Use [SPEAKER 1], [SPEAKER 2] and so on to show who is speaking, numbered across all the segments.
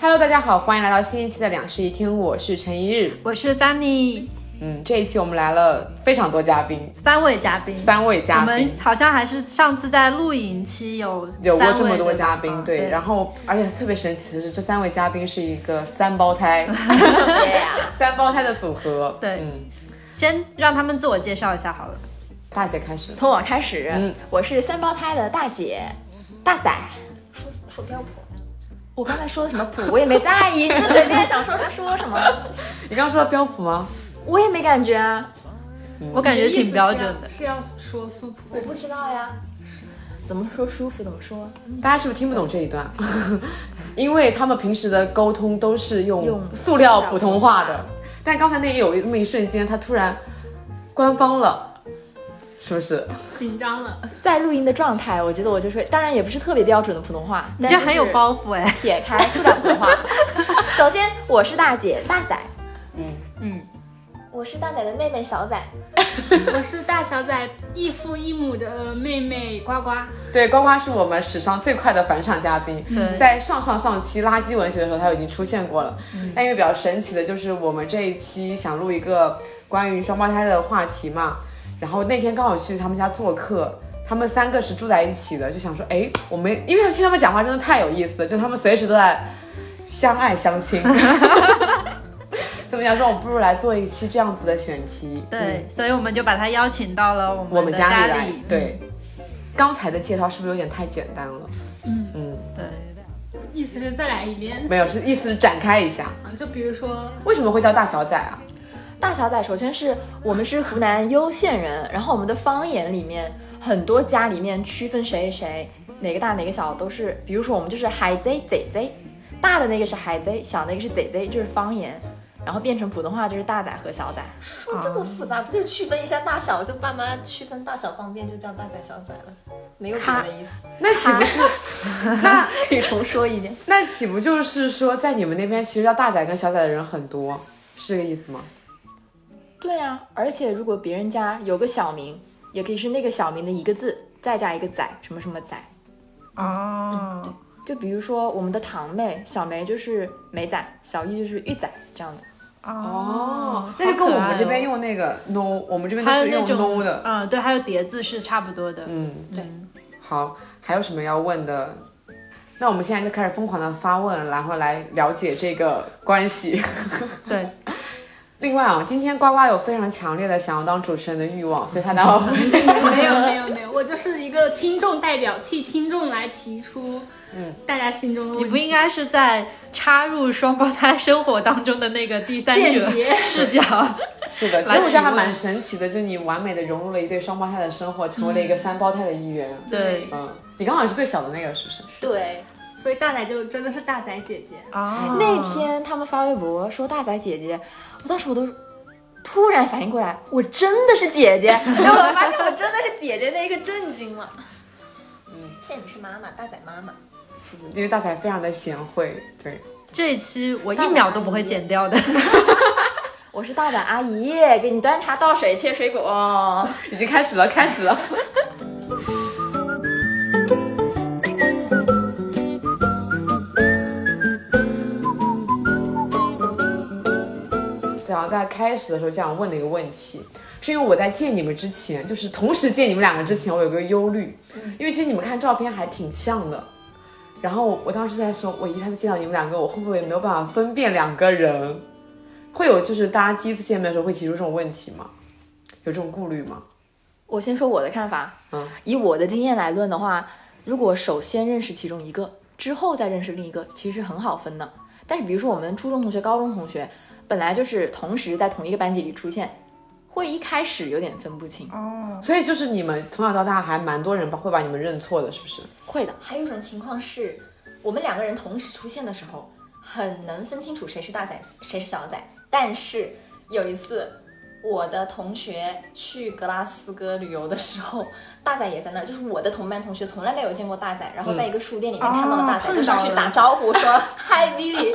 [SPEAKER 1] Hello，大家好，欢迎来到新一期的两室一厅，我是陈一日。
[SPEAKER 2] 我是 Sunny，
[SPEAKER 1] 嗯，这一期我们来了非常多嘉宾，
[SPEAKER 2] 三位嘉宾，
[SPEAKER 1] 三位嘉
[SPEAKER 2] 我
[SPEAKER 1] 宾
[SPEAKER 2] 们。好像还是上次在录影期有
[SPEAKER 1] 有过
[SPEAKER 2] 三
[SPEAKER 1] 这么
[SPEAKER 2] 位
[SPEAKER 1] 多
[SPEAKER 2] 对吧
[SPEAKER 1] 嘉宾，对，然后而且特别神奇的是，这三位嘉宾是一个三胞胎， 三胞胎的组合。
[SPEAKER 2] 对
[SPEAKER 1] 嗯，
[SPEAKER 2] 先让他们自我介绍一下好了。
[SPEAKER 1] 大姐开始，
[SPEAKER 3] 从我开始，
[SPEAKER 1] 嗯
[SPEAKER 3] 我是三胞胎的大姐，大仔，说鼠标谱。我刚才说的什么谱，我也没在意，就随便想说什么说什么，
[SPEAKER 1] 你刚刚说到标普吗？
[SPEAKER 3] 我也没感觉啊，
[SPEAKER 1] 嗯
[SPEAKER 2] 我感觉挺标准的，
[SPEAKER 4] 是要说苏普
[SPEAKER 3] 我不知道呀。怎么说舒服怎么说？
[SPEAKER 1] 大家是不是听不懂这一段？ 因为他们平时的沟通都是用
[SPEAKER 3] 用
[SPEAKER 1] 塑料
[SPEAKER 3] 塑料
[SPEAKER 1] 普通话的，但刚才那也有那么一瞬间，他突然官方了，是不是？
[SPEAKER 4] 紧张了，
[SPEAKER 3] 在录音的状态，我觉得我就说，当然也不是特别标准的普通话，
[SPEAKER 4] 啊
[SPEAKER 2] 你
[SPEAKER 3] 但
[SPEAKER 2] 这
[SPEAKER 3] 是
[SPEAKER 2] 很有包袱哎。
[SPEAKER 3] 撇开塑料普通话。 首先，我是大姐大仔，
[SPEAKER 2] 嗯，
[SPEAKER 3] 我是大仔的妹妹小仔，
[SPEAKER 4] 我是大小仔异父异母的妹妹呱呱，
[SPEAKER 1] 对，呱呱是我们史上最快的返场嘉宾，
[SPEAKER 2] 对
[SPEAKER 1] 在上上上期垃圾文学的时候，他就已经出现过了。
[SPEAKER 2] 嗯
[SPEAKER 1] 但因为比较神奇的就是，我们这一期想录一个关于双胞胎的话题嘛，然后那天刚好去他们家做客。他们三个是住在一起的，就想说，哎，我们因为他们听他们讲话真的太有意思了，就他们随时都在相爱相亲。 怎么讲说，我们不如来做一期这样子的选题。嗯
[SPEAKER 2] 对，所以我们就把他邀请到了我
[SPEAKER 1] 我
[SPEAKER 2] 们
[SPEAKER 1] 们
[SPEAKER 2] 的
[SPEAKER 1] 家里
[SPEAKER 2] 里。
[SPEAKER 1] 来。对，刚才的介绍是不是有点太简单了？嗯
[SPEAKER 2] 对，
[SPEAKER 4] 意思是再来一遍
[SPEAKER 1] 没有，是意思是展开一下，
[SPEAKER 4] 啊。就比如说，
[SPEAKER 1] 为什么会叫大小仔啊？
[SPEAKER 3] 大小仔，首先是我们是湖南攸县人，然后我们的方言里面很多家里面区分谁谁哪个大哪个小都是，比如说我们就是海贼贼贼，大的那个是海贼，小的那个是贼贼，这是方言，然后变成普通话就是大仔和小仔。
[SPEAKER 5] 说这么复杂，不就是区分一下大小，就爸妈区分大小方便，就叫大仔小仔了，没有别的意思。
[SPEAKER 1] 那岂不是，那
[SPEAKER 3] 可以重说一遍，
[SPEAKER 1] 那岂不就是说，在你们那边其实叫大仔跟小仔的人很多，是这个意思吗？
[SPEAKER 3] 对啊，而且如果别人家有个小名，也可以是那个小名的一个字，再加一个仔，什么什么仔。
[SPEAKER 4] 嗯
[SPEAKER 2] 哦，
[SPEAKER 3] 就比如说我们的堂妹小梅就是梅仔，小玉就是玉仔这样子。
[SPEAKER 1] 哦，
[SPEAKER 2] 好
[SPEAKER 1] 那就跟我
[SPEAKER 2] 可爱
[SPEAKER 1] 们
[SPEAKER 2] 哦
[SPEAKER 1] 这边用那个 no，我们这边都
[SPEAKER 2] 还有
[SPEAKER 1] 是
[SPEAKER 2] 那
[SPEAKER 1] 用
[SPEAKER 2] 种
[SPEAKER 1] no 的。
[SPEAKER 2] 嗯，对，还有叠字是差不多的。
[SPEAKER 1] 嗯，
[SPEAKER 3] 对
[SPEAKER 1] 好，还有什么要问的？那我们现在就开始疯狂的发问，然后来了解这个关系。
[SPEAKER 2] 对，
[SPEAKER 1] 另外啊，今天呱呱有非常强烈的想要当主持人的欲望，所以他待会儿会
[SPEAKER 4] 没有没有没有，我就是一个听众代表，替听众来提出，嗯，大家心中的
[SPEAKER 2] 你
[SPEAKER 4] 问
[SPEAKER 2] 不
[SPEAKER 4] 题。
[SPEAKER 2] 应该是在插入双胞胎生活当中的那个第三者
[SPEAKER 4] 间 谍
[SPEAKER 2] 视 角。
[SPEAKER 1] 是的，其实我觉得还
[SPEAKER 2] 来提问
[SPEAKER 1] 蛮神奇的，就你完美的融入了一对双胞胎的生活，成为了一个三胞胎的一员。
[SPEAKER 2] 对，
[SPEAKER 1] 嗯，你刚好是最小的那个，是不是？
[SPEAKER 5] 对，
[SPEAKER 4] 所以大仔就真的是大仔姐 姐，
[SPEAKER 2] 哦
[SPEAKER 3] 那天他们发微博说大仔姐姐，我当时我都突然反应过来，我真的是姐姐，然后我发现我真的是姐姐，那一刻震惊了。
[SPEAKER 5] 现在你是妈妈，大仔妈妈，
[SPEAKER 1] 因为大仔非常的贤惠，对，
[SPEAKER 2] 这一期我一秒都不会剪掉的。
[SPEAKER 3] 我是大胆阿姨，给你端茶倒水切水果。
[SPEAKER 1] 已经开始了，开始了。想要在开始的时候就想问的一个问题，是因为我在见你们之前，就是同时见你们两个之前，我有个忧虑，因为其实你们看照片还挺像的。然后我当时在说，我一下子见到你们两个，我会不会没有办法分辨两个人？会有就是大家第一次见面的时候会提出这种问题吗？有这种顾虑吗？
[SPEAKER 3] 我先说我的看法，
[SPEAKER 1] 嗯，
[SPEAKER 3] 以我的经验来论的话，如果首先认识其中一个，之后再认识另一个，其实很好分的。但是比如说我们初中同学、高中同学，本来就是同时在同一个班级里出现，会一开始有点分不清，
[SPEAKER 1] 所以就是你们从小到大还蛮多人吧会把你们认错的，是不是？
[SPEAKER 3] 会的。
[SPEAKER 5] 还有一种情况是，我们两个人同时出现的时候，很能分清楚谁是大仔，谁是小仔。但是有一次，我的同学去格拉斯哥旅游的时候，大仔也在那儿，就是我的同班同学从来没有见过大仔，然后
[SPEAKER 3] 嗯
[SPEAKER 5] 在一个书店里面看到了大
[SPEAKER 3] 哦
[SPEAKER 5] 仔，就上去打招呼说 “Hi Billy”，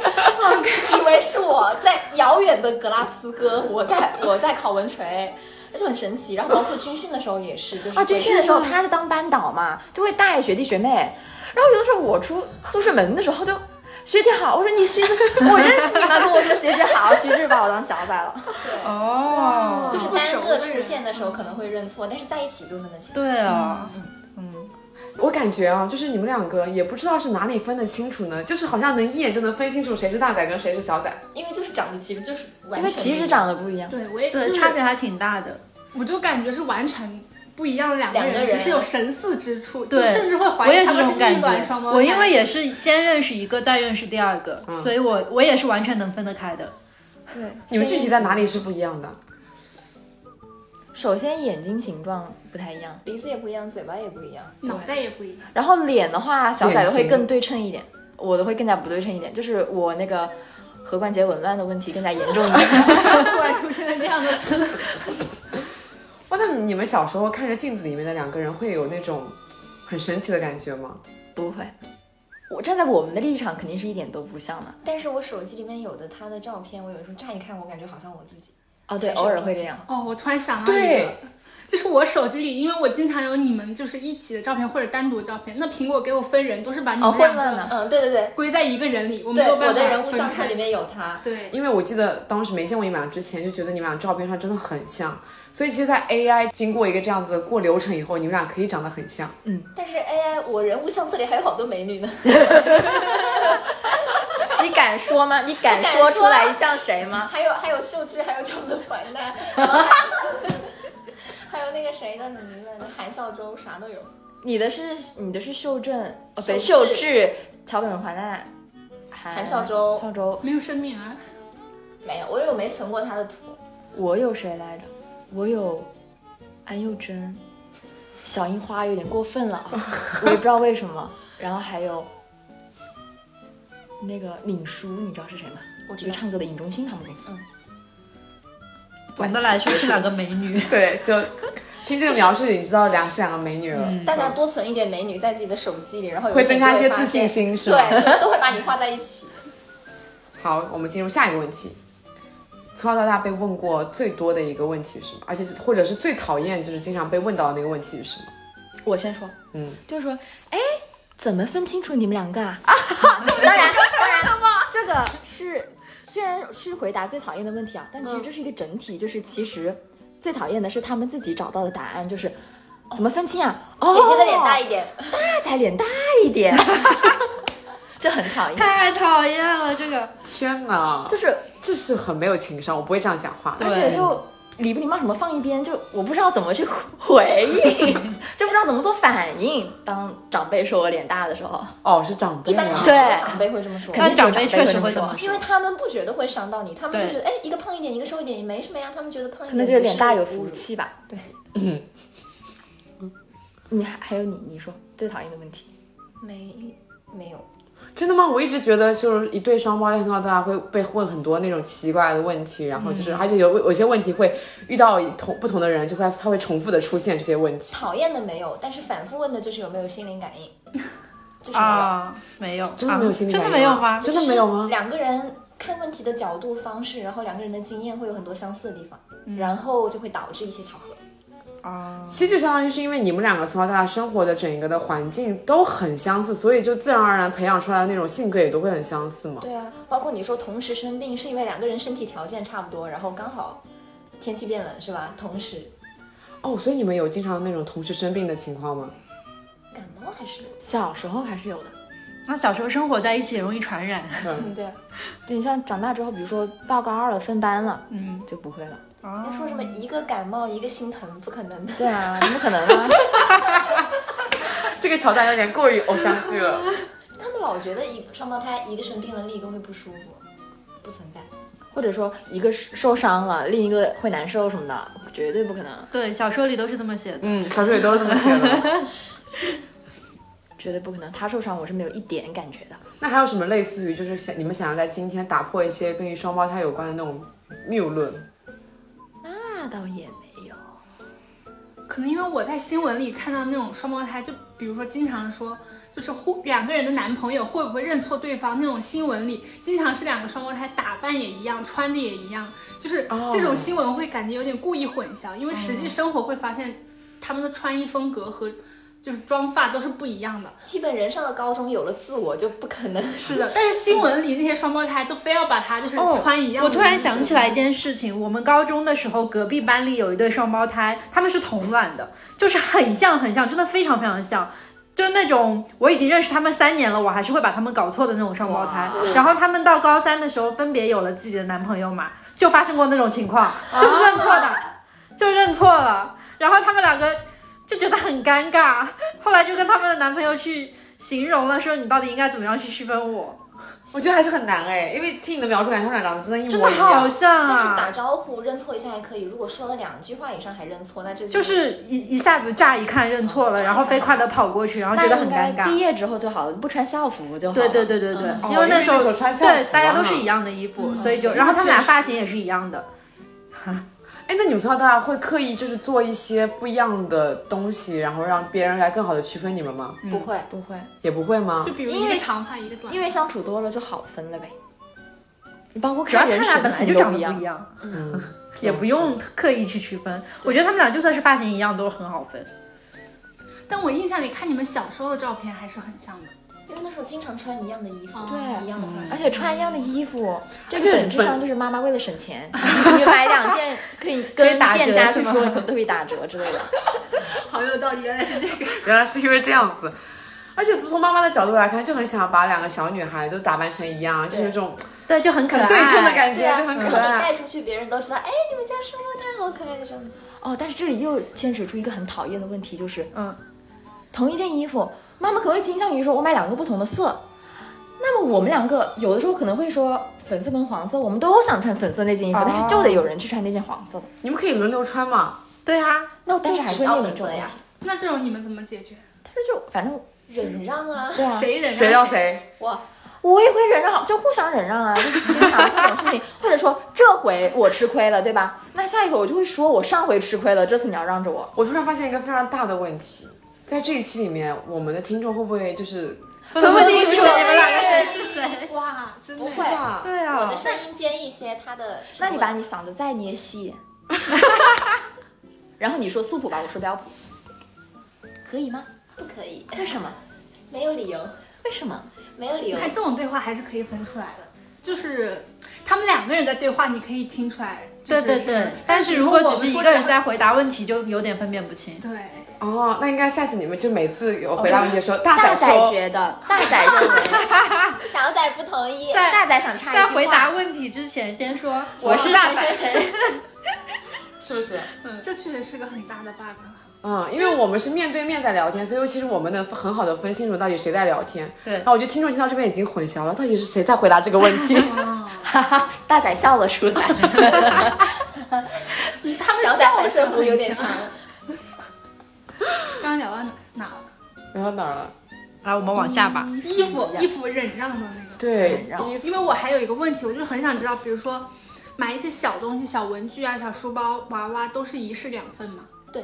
[SPEAKER 5] 以为是我在遥远的格拉斯哥，我在我在考文垂。而且很神奇，然后包括军训的时候也是，就是
[SPEAKER 3] 啊，军训的时候
[SPEAKER 5] 会
[SPEAKER 3] 他是当班导嘛，就会带学弟学妹。然后有的时候我出宿舍门的时候就，学姐好，我说你学 姐，我认识你吗？跟我说学姐 好，其实把我当小仔了。
[SPEAKER 2] 哦，
[SPEAKER 5] 就是
[SPEAKER 4] 不熟
[SPEAKER 5] 单个
[SPEAKER 4] 的人嗯
[SPEAKER 5] 出现的时候可能会认错，但是在一起就分得清。
[SPEAKER 2] 对啊，
[SPEAKER 1] 我感觉啊，就是你们两个也不知道是哪里分得清楚呢，就是好像能一眼就能分清楚谁是大仔跟谁是小仔。
[SPEAKER 5] 因为就是长得其实就是完
[SPEAKER 3] 因
[SPEAKER 5] 全
[SPEAKER 3] 为其
[SPEAKER 5] 不
[SPEAKER 3] 实
[SPEAKER 5] 一
[SPEAKER 3] 长
[SPEAKER 5] 样
[SPEAKER 3] 得不一样，
[SPEAKER 4] 对，我也
[SPEAKER 2] 对，
[SPEAKER 4] 就是
[SPEAKER 2] 差别还挺大的。
[SPEAKER 4] 我就感觉是完全不一样的两个
[SPEAKER 5] 两个人
[SPEAKER 4] 只是有神似之处，
[SPEAKER 2] 对
[SPEAKER 4] 就甚至会
[SPEAKER 2] 我
[SPEAKER 4] 怀
[SPEAKER 2] 也
[SPEAKER 4] 疑他
[SPEAKER 2] 是这
[SPEAKER 4] 们
[SPEAKER 2] 种
[SPEAKER 4] 是
[SPEAKER 2] 感
[SPEAKER 4] 异卵双
[SPEAKER 2] 觉，
[SPEAKER 4] 胞胎。嗯
[SPEAKER 2] 我因为也是先认识一个，再认识第二个，所以我我也是完全能分得开的。
[SPEAKER 3] 对，
[SPEAKER 1] 你们具体
[SPEAKER 3] 先
[SPEAKER 1] 在哪里是不一样的？
[SPEAKER 3] 首先眼睛形状不太一样，
[SPEAKER 5] 鼻子也不一样，嘴巴也不一样。
[SPEAKER 4] 脑袋也不一样，
[SPEAKER 3] 然后脸的话，小仔的
[SPEAKER 1] 脸
[SPEAKER 3] 会
[SPEAKER 1] 型
[SPEAKER 3] 更对称一点，我的会更加不对称一点，就是我那个颌关节紊乱的问题更加严重一 点。
[SPEAKER 4] 突然出现了这样的词，
[SPEAKER 1] 哇，哦那你们小时候看着镜子里面的两个人，会有那种很神奇的感觉吗？
[SPEAKER 3] 不会，我站在我们的立场肯定是一点都不像的。
[SPEAKER 5] 但是我手机里面有的他的照片，我有时候乍一看，我感觉好像我自己。
[SPEAKER 3] 哦，对，
[SPEAKER 5] 还是
[SPEAKER 3] 偶
[SPEAKER 5] 有
[SPEAKER 3] 尔
[SPEAKER 5] 种
[SPEAKER 3] 会这
[SPEAKER 5] 情
[SPEAKER 3] 样。
[SPEAKER 4] 哦，我突然想到一
[SPEAKER 1] 对
[SPEAKER 4] 个，就是我手机里，因为我经常有你们就是一起的照片或者单独的照片，那苹果给我分人都是把你
[SPEAKER 3] 哦，
[SPEAKER 4] 们
[SPEAKER 3] 混
[SPEAKER 4] 两
[SPEAKER 3] 乱
[SPEAKER 4] 个
[SPEAKER 3] 了。
[SPEAKER 5] 嗯，对对对
[SPEAKER 4] 归在一个人里，我没
[SPEAKER 5] 对，
[SPEAKER 4] 有办法
[SPEAKER 5] 我的人物
[SPEAKER 4] 分
[SPEAKER 5] 相册
[SPEAKER 4] 开
[SPEAKER 5] 里。面有他。
[SPEAKER 4] 对，
[SPEAKER 1] 因为我记得当时没见过你们俩之前，就觉得你们俩照片上真的很像，所以其实，在 AI 经过一个这样子的过流程以后，你们俩可以长得很像。
[SPEAKER 5] 但是 AI 我人物相册里还有好多美女 呢。
[SPEAKER 3] 你敢说吗？你敢
[SPEAKER 5] 敢
[SPEAKER 3] 说
[SPEAKER 5] 说
[SPEAKER 3] 出来像谁吗？
[SPEAKER 5] 还有还有秀智，还有乔德环奈，然后还 还有那个谁叫什么名字来着？韩孝周，啥都有。
[SPEAKER 3] 你的是你的是秀正，哦，
[SPEAKER 5] 秀
[SPEAKER 3] 对，
[SPEAKER 5] 智
[SPEAKER 3] 秀智、桥本环奈、韩
[SPEAKER 5] 韩孝周
[SPEAKER 3] 孝周，
[SPEAKER 4] 没有生命啊，
[SPEAKER 5] 没有，我有没存过他的图。
[SPEAKER 3] 我有谁来着？我有安宥真，小樱花有点过分了 啊，我也不知道为什么。然后还有那个尹叔，你知道是谁吗？
[SPEAKER 5] 我知
[SPEAKER 3] 一个
[SPEAKER 5] 道
[SPEAKER 3] 唱歌的尹中信他们公司。
[SPEAKER 2] 总的来说是两个美 女，
[SPEAKER 1] 对， 就听这个描述，你知道俩是两个美女了。
[SPEAKER 5] 大家多存一点美女在自己的手机里，然后有
[SPEAKER 1] 会
[SPEAKER 5] 一天
[SPEAKER 1] 增加
[SPEAKER 5] 就
[SPEAKER 1] 一些
[SPEAKER 5] 发
[SPEAKER 1] 自信
[SPEAKER 5] 现
[SPEAKER 1] 心是吧
[SPEAKER 5] 对，就都会把你画在一起。
[SPEAKER 1] 好，我们进入下一个问题。从小到大被问过最多的一个问题是什么？而且是或者是最讨厌，就是经常被问到的那个问题是什么？
[SPEAKER 3] 我先说，
[SPEAKER 1] 嗯，
[SPEAKER 3] 就是说，哎，怎么分清楚你们两个 啊？当然，当然，这个是虽然是回答最讨厌的问题啊，但其实这是一个整体，就是其实最讨厌的是他们自己找到的答案，就是怎么分清啊？哦，
[SPEAKER 5] 姐姐的脸大一点，
[SPEAKER 3] 大才脸大一 点，这很讨厌。
[SPEAKER 2] 太讨厌了这个。
[SPEAKER 1] 天哪，
[SPEAKER 3] 就
[SPEAKER 1] 这
[SPEAKER 3] 是
[SPEAKER 1] 这是很没有情商，我不会这样讲话的。
[SPEAKER 3] 而且就礼不礼貌什么放一边，就我不知道怎么去回 应，就不知道怎么做反应。当长辈说我脸大的时候，
[SPEAKER 1] 哦，是长辈
[SPEAKER 5] 一般
[SPEAKER 1] 啊
[SPEAKER 5] 是。
[SPEAKER 3] 对
[SPEAKER 5] 只有长辈会这么说。
[SPEAKER 3] 肯定
[SPEAKER 2] 但
[SPEAKER 3] 只
[SPEAKER 2] 长辈
[SPEAKER 3] 有长辈
[SPEAKER 2] 确
[SPEAKER 3] 会
[SPEAKER 2] 实
[SPEAKER 3] 这么
[SPEAKER 2] 会这
[SPEAKER 3] 说
[SPEAKER 2] 么说
[SPEAKER 5] 因为他们不觉得会伤到你，他们就
[SPEAKER 2] 对
[SPEAKER 5] 觉得哎，一个胖一点，一个瘦一点也没什么呀。他们觉得胖一
[SPEAKER 3] 可能
[SPEAKER 5] 点
[SPEAKER 3] 觉得
[SPEAKER 5] 就
[SPEAKER 3] 脸
[SPEAKER 5] 是
[SPEAKER 3] 大有
[SPEAKER 5] 侮
[SPEAKER 3] 福
[SPEAKER 5] 辱
[SPEAKER 3] 气吧。嗯
[SPEAKER 5] 对，
[SPEAKER 3] 你还还有你，你说最讨厌的问题，
[SPEAKER 5] 没没有，
[SPEAKER 1] 真的吗？我一直觉得就是一对双胞胎从小到大会被问很多那种奇怪的问题，然后就是、而且有有些问题会遇到同不同的人，就会他会重复的出现这些问题，
[SPEAKER 5] 讨厌的没有，但是反复问的就是有没有心灵感应，就是没有。
[SPEAKER 2] 啊，没有，
[SPEAKER 1] 真的没有心理
[SPEAKER 2] 啊
[SPEAKER 1] 感
[SPEAKER 2] 真
[SPEAKER 1] 应
[SPEAKER 2] 的没有吗？
[SPEAKER 1] 真的没有吗？
[SPEAKER 5] 两个人看问题的角度、方式，然后两个人的经验会有很多相似的地方，然后就会导致一些巧合。
[SPEAKER 2] 啊，
[SPEAKER 1] 其实就相当于是因为你们两个从小到大生活的整个的环境都很相似，所以就自然而然培养出来的那种性格也都会很相似嘛。
[SPEAKER 5] 对啊，包括你说同时生病，是因为两个人身体条件差不多，然后刚好天气变冷，是吧？同时
[SPEAKER 1] 哦，所以你们有经常那种同时生病的情况吗？
[SPEAKER 5] 感冒还是有
[SPEAKER 3] 小时候还是有的。
[SPEAKER 2] 那小时候生活在一起容易传染。
[SPEAKER 5] 嗯，对啊。
[SPEAKER 3] 对你像长大之后，比如说到高二了分班了，
[SPEAKER 2] 嗯，
[SPEAKER 3] 就不会了。
[SPEAKER 2] 啊
[SPEAKER 5] 人家说什么一个感冒一个心疼，不可能的。
[SPEAKER 3] 对啊，怎么可能呢？
[SPEAKER 1] 这个桥段有点过于偶像剧了。
[SPEAKER 5] 他们老觉得一个双胞胎一个生病了，另一个会不舒服，不存在。
[SPEAKER 3] 或者说一个是受伤了，另一个会难受什么的，绝对不可能，
[SPEAKER 2] 对，小说里都是这么写的。
[SPEAKER 1] 嗯，小说里都是这么写 的。
[SPEAKER 3] 绝对不可能。他受伤，我是没有一点感觉的。
[SPEAKER 1] 那还有什么类似于就是想你们想要在今天打破一些跟于双胞胎有关的那种谬论？
[SPEAKER 3] 那倒也没有。
[SPEAKER 4] 可能因为我在新闻里看到那种双胞胎，就比如说经常说，就是互两个人的男朋友会不会认错对方那种新闻里，经常是两个双胞胎打扮也一样，穿的也一样，就是
[SPEAKER 1] 哦
[SPEAKER 4] 这种新闻会感觉有点故意混淆，因为实际生活会发现他们的穿衣风格和就是妆发都是不一样的。
[SPEAKER 5] 基本人上了高中，有了自我就不可能
[SPEAKER 4] 是的，但是新闻里那些双胞胎都非要把它就是穿一样
[SPEAKER 2] 哦我
[SPEAKER 4] 的衣服、
[SPEAKER 2] 突然想起来一件事情，我们高中的时候，隔壁班里有一对双胞胎，他们是同卵的，就是很像很像，真的非常非常像。就是那种我已经认识他们三年了，我还是会把他们搞错的那种双胞胎。然后他们到高三的时候，分别有了自己的男朋友嘛，就发生过那种情况，就是认错的，就认错了。然后他们两个就觉得很尴尬，后来就跟他们的男朋友去形容了，说你到底应该怎么样去区分我。
[SPEAKER 1] 我觉得还是很难哎，因为听你的描述，感觉他们俩长得真的一
[SPEAKER 2] 真
[SPEAKER 1] 模
[SPEAKER 2] 的
[SPEAKER 1] 一
[SPEAKER 2] 好
[SPEAKER 1] 样。
[SPEAKER 2] 像
[SPEAKER 5] 但是打
[SPEAKER 2] 啊，
[SPEAKER 5] 招呼认错一下还可以，如果说了两句话以上还认错，那这
[SPEAKER 2] 就是一一下子乍一看认错了，然后飞快的跑过去，然后觉得很尴
[SPEAKER 3] 那应该毕
[SPEAKER 2] 尬。
[SPEAKER 3] 业之后就好了，不穿校服就好了。
[SPEAKER 2] 对对对对对，
[SPEAKER 1] 哦因
[SPEAKER 2] 因为时
[SPEAKER 1] 为那时候
[SPEAKER 2] 候
[SPEAKER 1] 穿校服啊
[SPEAKER 2] 对大家都是一样的衣服，所以就然后他们俩发型也是一样的。
[SPEAKER 1] 哎，那你们从小到大会刻意就是做一些不一样的东西，然后让别人来更好的区分你们吗？
[SPEAKER 5] 不会。
[SPEAKER 3] 不会，
[SPEAKER 1] 也不会吗
[SPEAKER 4] 就？比如
[SPEAKER 3] 因
[SPEAKER 4] 一
[SPEAKER 3] 为
[SPEAKER 4] 个长发一个短发，
[SPEAKER 3] 因为相处多了就好分了呗。你包括
[SPEAKER 2] 主要
[SPEAKER 3] 看
[SPEAKER 2] 他
[SPEAKER 3] 人
[SPEAKER 2] 们俩
[SPEAKER 3] 神
[SPEAKER 2] 本来就
[SPEAKER 3] 情都
[SPEAKER 2] 长
[SPEAKER 3] 一
[SPEAKER 2] 得不
[SPEAKER 3] 样
[SPEAKER 2] 一，样，
[SPEAKER 1] 嗯，
[SPEAKER 2] 也不用刻意去区分。我觉得他们俩就算是发型一样，都很好分。
[SPEAKER 4] 但我印象里看你们小时候的照片还是很像的。
[SPEAKER 5] 因为那时候经常穿一样的衣服，
[SPEAKER 1] 哦
[SPEAKER 4] 对
[SPEAKER 5] 哦一样的发型，
[SPEAKER 3] 而且穿一样的衣服，这
[SPEAKER 1] 而且
[SPEAKER 3] 个本质上就是妈妈为了省 钱，你买两件可以跟
[SPEAKER 2] 打折
[SPEAKER 3] 店家去
[SPEAKER 2] 是吗
[SPEAKER 3] 说你可不可以打折之类的。
[SPEAKER 4] 好有道理，原来是这个。
[SPEAKER 1] 原来是因为这样子。而且从妈妈的角度来看，就很想把两个小女孩就打扮成一样，就是这种
[SPEAKER 2] 对，就很可爱。
[SPEAKER 1] 对称的感
[SPEAKER 5] 对
[SPEAKER 1] 觉，
[SPEAKER 5] 啊，
[SPEAKER 1] 就很
[SPEAKER 5] 然
[SPEAKER 1] 可
[SPEAKER 5] 后你
[SPEAKER 1] 爱。
[SPEAKER 5] 带出去，别人都知道，哎，你们家双胞胎好可爱，就这样子。
[SPEAKER 3] 哦，但是这里又牵扯出一个很讨厌的问题，就是
[SPEAKER 2] 嗯，
[SPEAKER 3] 同一件衣服，妈妈可能会倾向于说我买两个不同的色。那么我们两个有的时候可能会说粉色跟黄色，我们都想穿粉色那件衣服，
[SPEAKER 2] 哦
[SPEAKER 3] 但是就得有人去穿那件黄色的。
[SPEAKER 1] 你们可以轮流穿嘛。
[SPEAKER 2] 对啊，
[SPEAKER 3] 那
[SPEAKER 5] 就
[SPEAKER 3] 但是还
[SPEAKER 5] 只
[SPEAKER 3] 会
[SPEAKER 5] 要
[SPEAKER 3] 面临
[SPEAKER 5] 粉
[SPEAKER 3] 这种
[SPEAKER 5] 色
[SPEAKER 3] 问题
[SPEAKER 5] 呀。
[SPEAKER 4] 那这种你们怎么解决？
[SPEAKER 3] 但是就反正
[SPEAKER 5] 忍让啊，
[SPEAKER 3] 对啊，
[SPEAKER 4] 谁忍让
[SPEAKER 1] 谁让？谁？
[SPEAKER 5] 哇，
[SPEAKER 3] 我也会忍让，就互相忍让啊， 就是经常这种事情，或者说这回我吃亏了，对吧？那下一回我就会说我上回吃亏了，这次你要让着我。
[SPEAKER 1] 我突然发现一个非常大的问题，在这一期里面，我们的听众会不会就是
[SPEAKER 2] 分不清
[SPEAKER 1] 清
[SPEAKER 2] 楚
[SPEAKER 1] 楚
[SPEAKER 2] 你们两个
[SPEAKER 5] 谁
[SPEAKER 2] 谁是谁。
[SPEAKER 4] 哇，真的
[SPEAKER 5] 不会
[SPEAKER 2] 对啊，
[SPEAKER 5] 我的声音尖一些，他的沉
[SPEAKER 3] 那
[SPEAKER 5] 稳，
[SPEAKER 3] 你把你嗓子再捏细， 然后你说素谱吧，我说标谱，可以吗？
[SPEAKER 5] 不可以，
[SPEAKER 3] 为什么？
[SPEAKER 5] 没有理由，
[SPEAKER 3] 为什么？
[SPEAKER 5] 没有理
[SPEAKER 4] 你
[SPEAKER 5] 由。
[SPEAKER 4] 看这种对话还是可以分出来的，就是他们两个人在对话，你可以听出来。就是
[SPEAKER 2] 对对
[SPEAKER 4] 是
[SPEAKER 2] 对，
[SPEAKER 4] 但
[SPEAKER 2] 但
[SPEAKER 4] 是
[SPEAKER 2] 是
[SPEAKER 4] 如
[SPEAKER 2] 如
[SPEAKER 4] 果
[SPEAKER 2] 果
[SPEAKER 4] 我
[SPEAKER 2] 只
[SPEAKER 4] 们
[SPEAKER 2] 是一
[SPEAKER 4] 说
[SPEAKER 2] 个
[SPEAKER 4] 这
[SPEAKER 2] 人在回答问题，就有点分辨不 清。
[SPEAKER 4] 对，
[SPEAKER 1] 哦，那应该下次你们就每次有回答问题的时候，哦大胆
[SPEAKER 3] 仔
[SPEAKER 1] 说。
[SPEAKER 3] 觉得，大仔认为，
[SPEAKER 5] 小仔不同意，
[SPEAKER 2] 在
[SPEAKER 3] 大仔想插一句
[SPEAKER 2] 在
[SPEAKER 3] 话
[SPEAKER 2] 回答问题之前，先说
[SPEAKER 1] 我是大胆，
[SPEAKER 5] 对
[SPEAKER 1] 是不是？
[SPEAKER 4] 这确实是个很大的 bug。
[SPEAKER 1] 嗯，因为我们是面对面在聊天，所以其实我们能很好的分清楚到底谁在聊天。
[SPEAKER 2] 对
[SPEAKER 1] 那我觉得听众听到这边已经混淆了，到底是谁在回答这个问 题？
[SPEAKER 3] 大仔笑了出来。
[SPEAKER 4] 他们
[SPEAKER 5] 小仔
[SPEAKER 4] 笑
[SPEAKER 5] 反
[SPEAKER 4] 的时
[SPEAKER 5] 射
[SPEAKER 4] 候
[SPEAKER 5] 弧有点长。
[SPEAKER 4] 刚刚聊到哪哪了？
[SPEAKER 1] 聊到哪儿了？
[SPEAKER 2] 来，我们往下吧。
[SPEAKER 4] 衣服衣服忍让的那个。
[SPEAKER 1] 对，
[SPEAKER 3] 然后
[SPEAKER 1] 衣服
[SPEAKER 4] 因为我还有一个问题，我就很想知道，比如说买一些小东西、小文具啊、小书包、娃娃，都是一式两份嘛？
[SPEAKER 5] 对，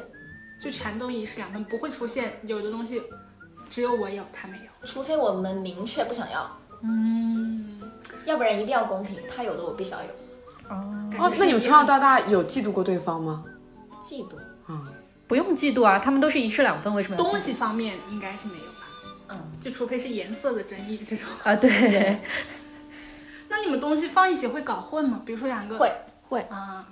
[SPEAKER 4] 就全都一式两份，不会出现有的东西只有我有，他没有。
[SPEAKER 5] 除非我们明确不想要，
[SPEAKER 4] 嗯，
[SPEAKER 5] 要不然一定要公平，他有的我必须要有。
[SPEAKER 2] 嗯
[SPEAKER 1] 哦，那你们从小到大有嫉妒过对方吗？
[SPEAKER 5] 嫉妒，
[SPEAKER 1] 嗯，
[SPEAKER 2] 不用嫉妒啊，他们都是一式两份，为什么要
[SPEAKER 4] 东
[SPEAKER 2] 嫉妒
[SPEAKER 4] 西方面应该是没有吧？
[SPEAKER 5] 嗯，
[SPEAKER 4] 就除非是颜色的争议这种。
[SPEAKER 2] 啊？对，
[SPEAKER 4] 那你们东西放一起会搞混吗？比如说两个
[SPEAKER 5] 会
[SPEAKER 4] 啊，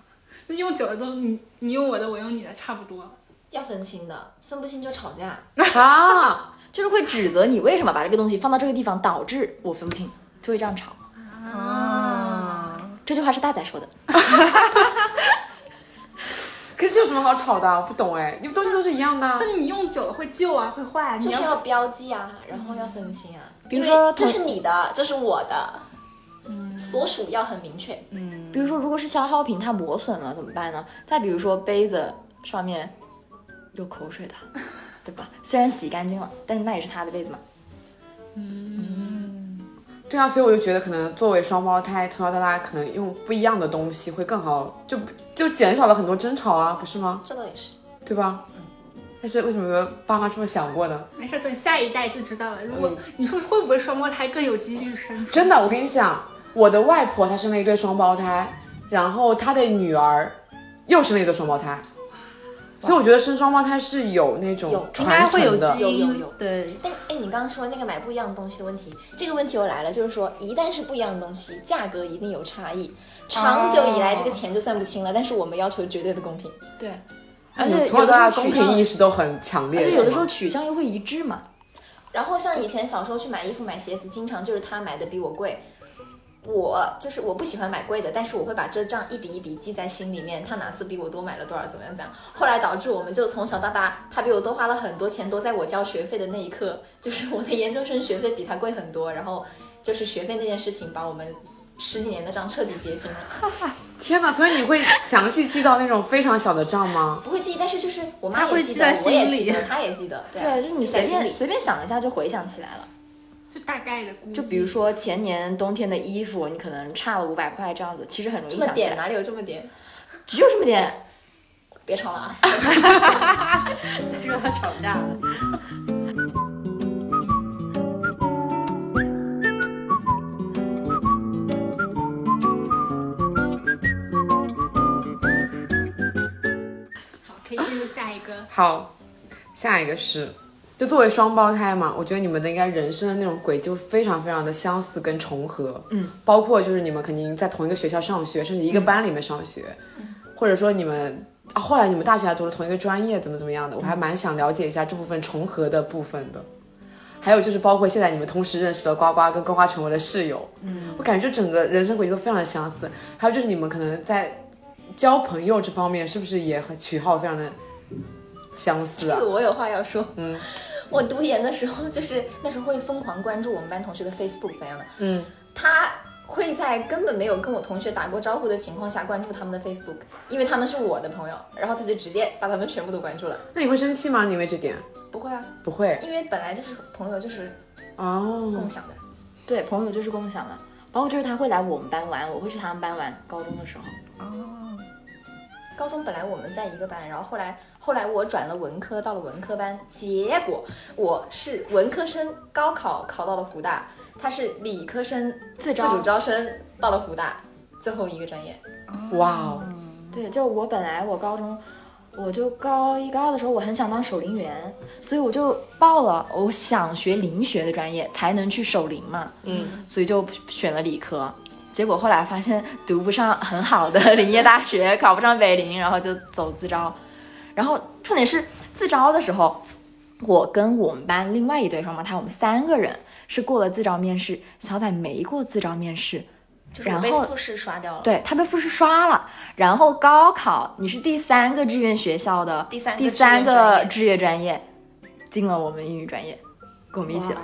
[SPEAKER 4] 那用久了都你你用我的，我用你的，差不多了。
[SPEAKER 5] 要分清的，分不清就吵架。
[SPEAKER 1] 啊，
[SPEAKER 3] 就是会指责你为什么把这个东西放到这个地方，导致我分不清，就会这样吵。
[SPEAKER 2] 啊，
[SPEAKER 3] 这句话是大仔说的，
[SPEAKER 1] 可是这有什么好吵的啊？我不懂哎，你们东西都是一样的啊。
[SPEAKER 4] 但你用久了会旧啊，会坏啊。你
[SPEAKER 5] 就是
[SPEAKER 4] 要
[SPEAKER 5] 要标记啊，然后要分清啊。
[SPEAKER 3] 比如说
[SPEAKER 5] 因为这
[SPEAKER 3] 同嗯
[SPEAKER 5] 是你的，这是我的，所属要很明确。
[SPEAKER 3] 比如说如果是消耗品它磨损了怎么办呢？再比如说杯子上面有口水的， 对吧？虽然洗干净了，但是那也是他的杯子嘛。
[SPEAKER 1] 对啊，所以我就觉得可能作为双胞胎，从小到大可能用不一样的东西会更好，就就减少了很多争吵啊，不是吗？
[SPEAKER 5] 这倒也是，
[SPEAKER 1] 对吧？但是为什么爸妈这么想过呢？
[SPEAKER 4] 没事，等下一代就知道了。如果你说会不会双胞胎更有几率生出？
[SPEAKER 1] 真的，我跟你讲，我的外婆她生了一对双胞胎，然后她的女儿又生了一对双胞胎，所以我觉得生双胞胎是有那种
[SPEAKER 5] 有
[SPEAKER 2] 应该
[SPEAKER 1] 传
[SPEAKER 2] 会有
[SPEAKER 1] 承的
[SPEAKER 2] 基。因，
[SPEAKER 5] 嗯有有有
[SPEAKER 2] 对，
[SPEAKER 5] 但哎，你刚刚说那个买不一样的东西的问题，这个问题又来了，就是说，一旦是不一样的东西，价格一定有差异，长久以来这个钱就算不清了。但是我们要求绝对的公平，
[SPEAKER 3] 对，而
[SPEAKER 1] 哎
[SPEAKER 3] 且
[SPEAKER 1] 你
[SPEAKER 3] 有
[SPEAKER 1] 们从小
[SPEAKER 3] 的时候
[SPEAKER 1] 到大
[SPEAKER 3] 取
[SPEAKER 1] 公平
[SPEAKER 3] 向
[SPEAKER 1] 意识都很强
[SPEAKER 3] 而
[SPEAKER 1] 烈，
[SPEAKER 3] 且有
[SPEAKER 1] 是
[SPEAKER 3] 的时候
[SPEAKER 1] 吗？
[SPEAKER 3] 取向又会一致嘛。
[SPEAKER 5] 然后像以前小时候去买衣服、买鞋子，经常就是他买的比我贵，我就是我不喜欢买贵的，但是我会把这账一笔一笔记在心里面，他哪次比我多买了多少，怎么样怎么样。后来导致我们就从小到大，他比我多花了很多钱，都在我交学费的那一刻，就是我的研究生学费比他贵很多，然后就是学费那件事情把我们。十几年的账彻底结清了，
[SPEAKER 1] 天哪！所以你会详细记到那种非常小的账吗？
[SPEAKER 5] 不会记，但是就是我妈
[SPEAKER 2] 她会
[SPEAKER 5] 也记
[SPEAKER 2] 记
[SPEAKER 5] 得，
[SPEAKER 2] 在
[SPEAKER 5] 我也
[SPEAKER 2] 心里
[SPEAKER 5] 记得，她也记得，对啊，
[SPEAKER 3] 对，就是你
[SPEAKER 5] 记在
[SPEAKER 3] 随
[SPEAKER 5] 心
[SPEAKER 3] 便
[SPEAKER 5] 里。
[SPEAKER 3] 随便想一下就回想起来了。
[SPEAKER 4] 就大概的估计。
[SPEAKER 3] 就比如说前年冬天的衣服，你可能差了五百块这样子，其实很容易
[SPEAKER 5] 这么
[SPEAKER 3] 想起来，
[SPEAKER 5] 点哪里有这么点？
[SPEAKER 3] 只有这么点。
[SPEAKER 5] 别吵了啊！
[SPEAKER 2] 惹他吵架了。
[SPEAKER 1] 嗯
[SPEAKER 4] 好，可以进入下一个。
[SPEAKER 1] 好，下一个是，就作为双胞胎嘛，我觉得你们的应该人生的那种轨迹非常非常的相似跟重合，嗯，包括就是你们肯定在同一个学校上学，甚至一个班里面上学，或者说你们、啊、后来你们大学还读了同一个专业，怎么怎么样的，我还蛮想了解一下这部分重合的部分的。还有就是，包括现在你们同时认识了呱呱，跟呱呱成为了室友，嗯，我感觉这整个人生轨迹都非常的相似。还有就是你们可能在交朋友这方面，是不是也很取号非常的相似啊
[SPEAKER 5] 这？个我有话要说。嗯，我读研的时候，就是那时候会疯狂关注我们班同学的 Facebook 怎样的。
[SPEAKER 1] 嗯，
[SPEAKER 5] 他会在根本没有跟我同学打过招呼的情况下关注他们的 Facebook，因为他们是我的朋友，然后他就直接把他们全部都关注了。
[SPEAKER 1] 那你会生气吗？你为这点
[SPEAKER 5] 不会啊，
[SPEAKER 1] 不会
[SPEAKER 5] 因为本来就是朋友，就是
[SPEAKER 1] 哦
[SPEAKER 5] 共。享的。
[SPEAKER 3] 对，朋友就是共享的，包括就是他会来我们班玩，我会去他们班玩。高中的时候，
[SPEAKER 2] 哦，
[SPEAKER 5] 高中本来我们在一个班，然后后来后来我转了文科，到了文科班，结果我是文科生，高考考到了湖大，他是理科生
[SPEAKER 3] 自
[SPEAKER 5] 自
[SPEAKER 3] 招
[SPEAKER 5] 主招生到了湖大，最后一个专业。
[SPEAKER 1] 哇哦，
[SPEAKER 3] 对，就我本来我高中，我就高一高二的时候，我很想当守林员，所以我就报了，我想学林学的专业才能去守林嘛，
[SPEAKER 1] 嗯，
[SPEAKER 3] 所以就选了理科。结果后来发现读不上很好的 林业大学，考不上北林，然后就走自招。然后重点是自招的时候，我跟我们班另外一对双胞胎，我们三个人是过了自招面试，小仔没过自招面试，
[SPEAKER 5] 就是我被
[SPEAKER 3] 然后
[SPEAKER 5] 复试刷掉了。，
[SPEAKER 3] 对他被复试刷了，然后高考你是第三个志愿学校的
[SPEAKER 5] 第三个
[SPEAKER 3] 第三个志愿专业，进了我们英语专业，跟我们一起了。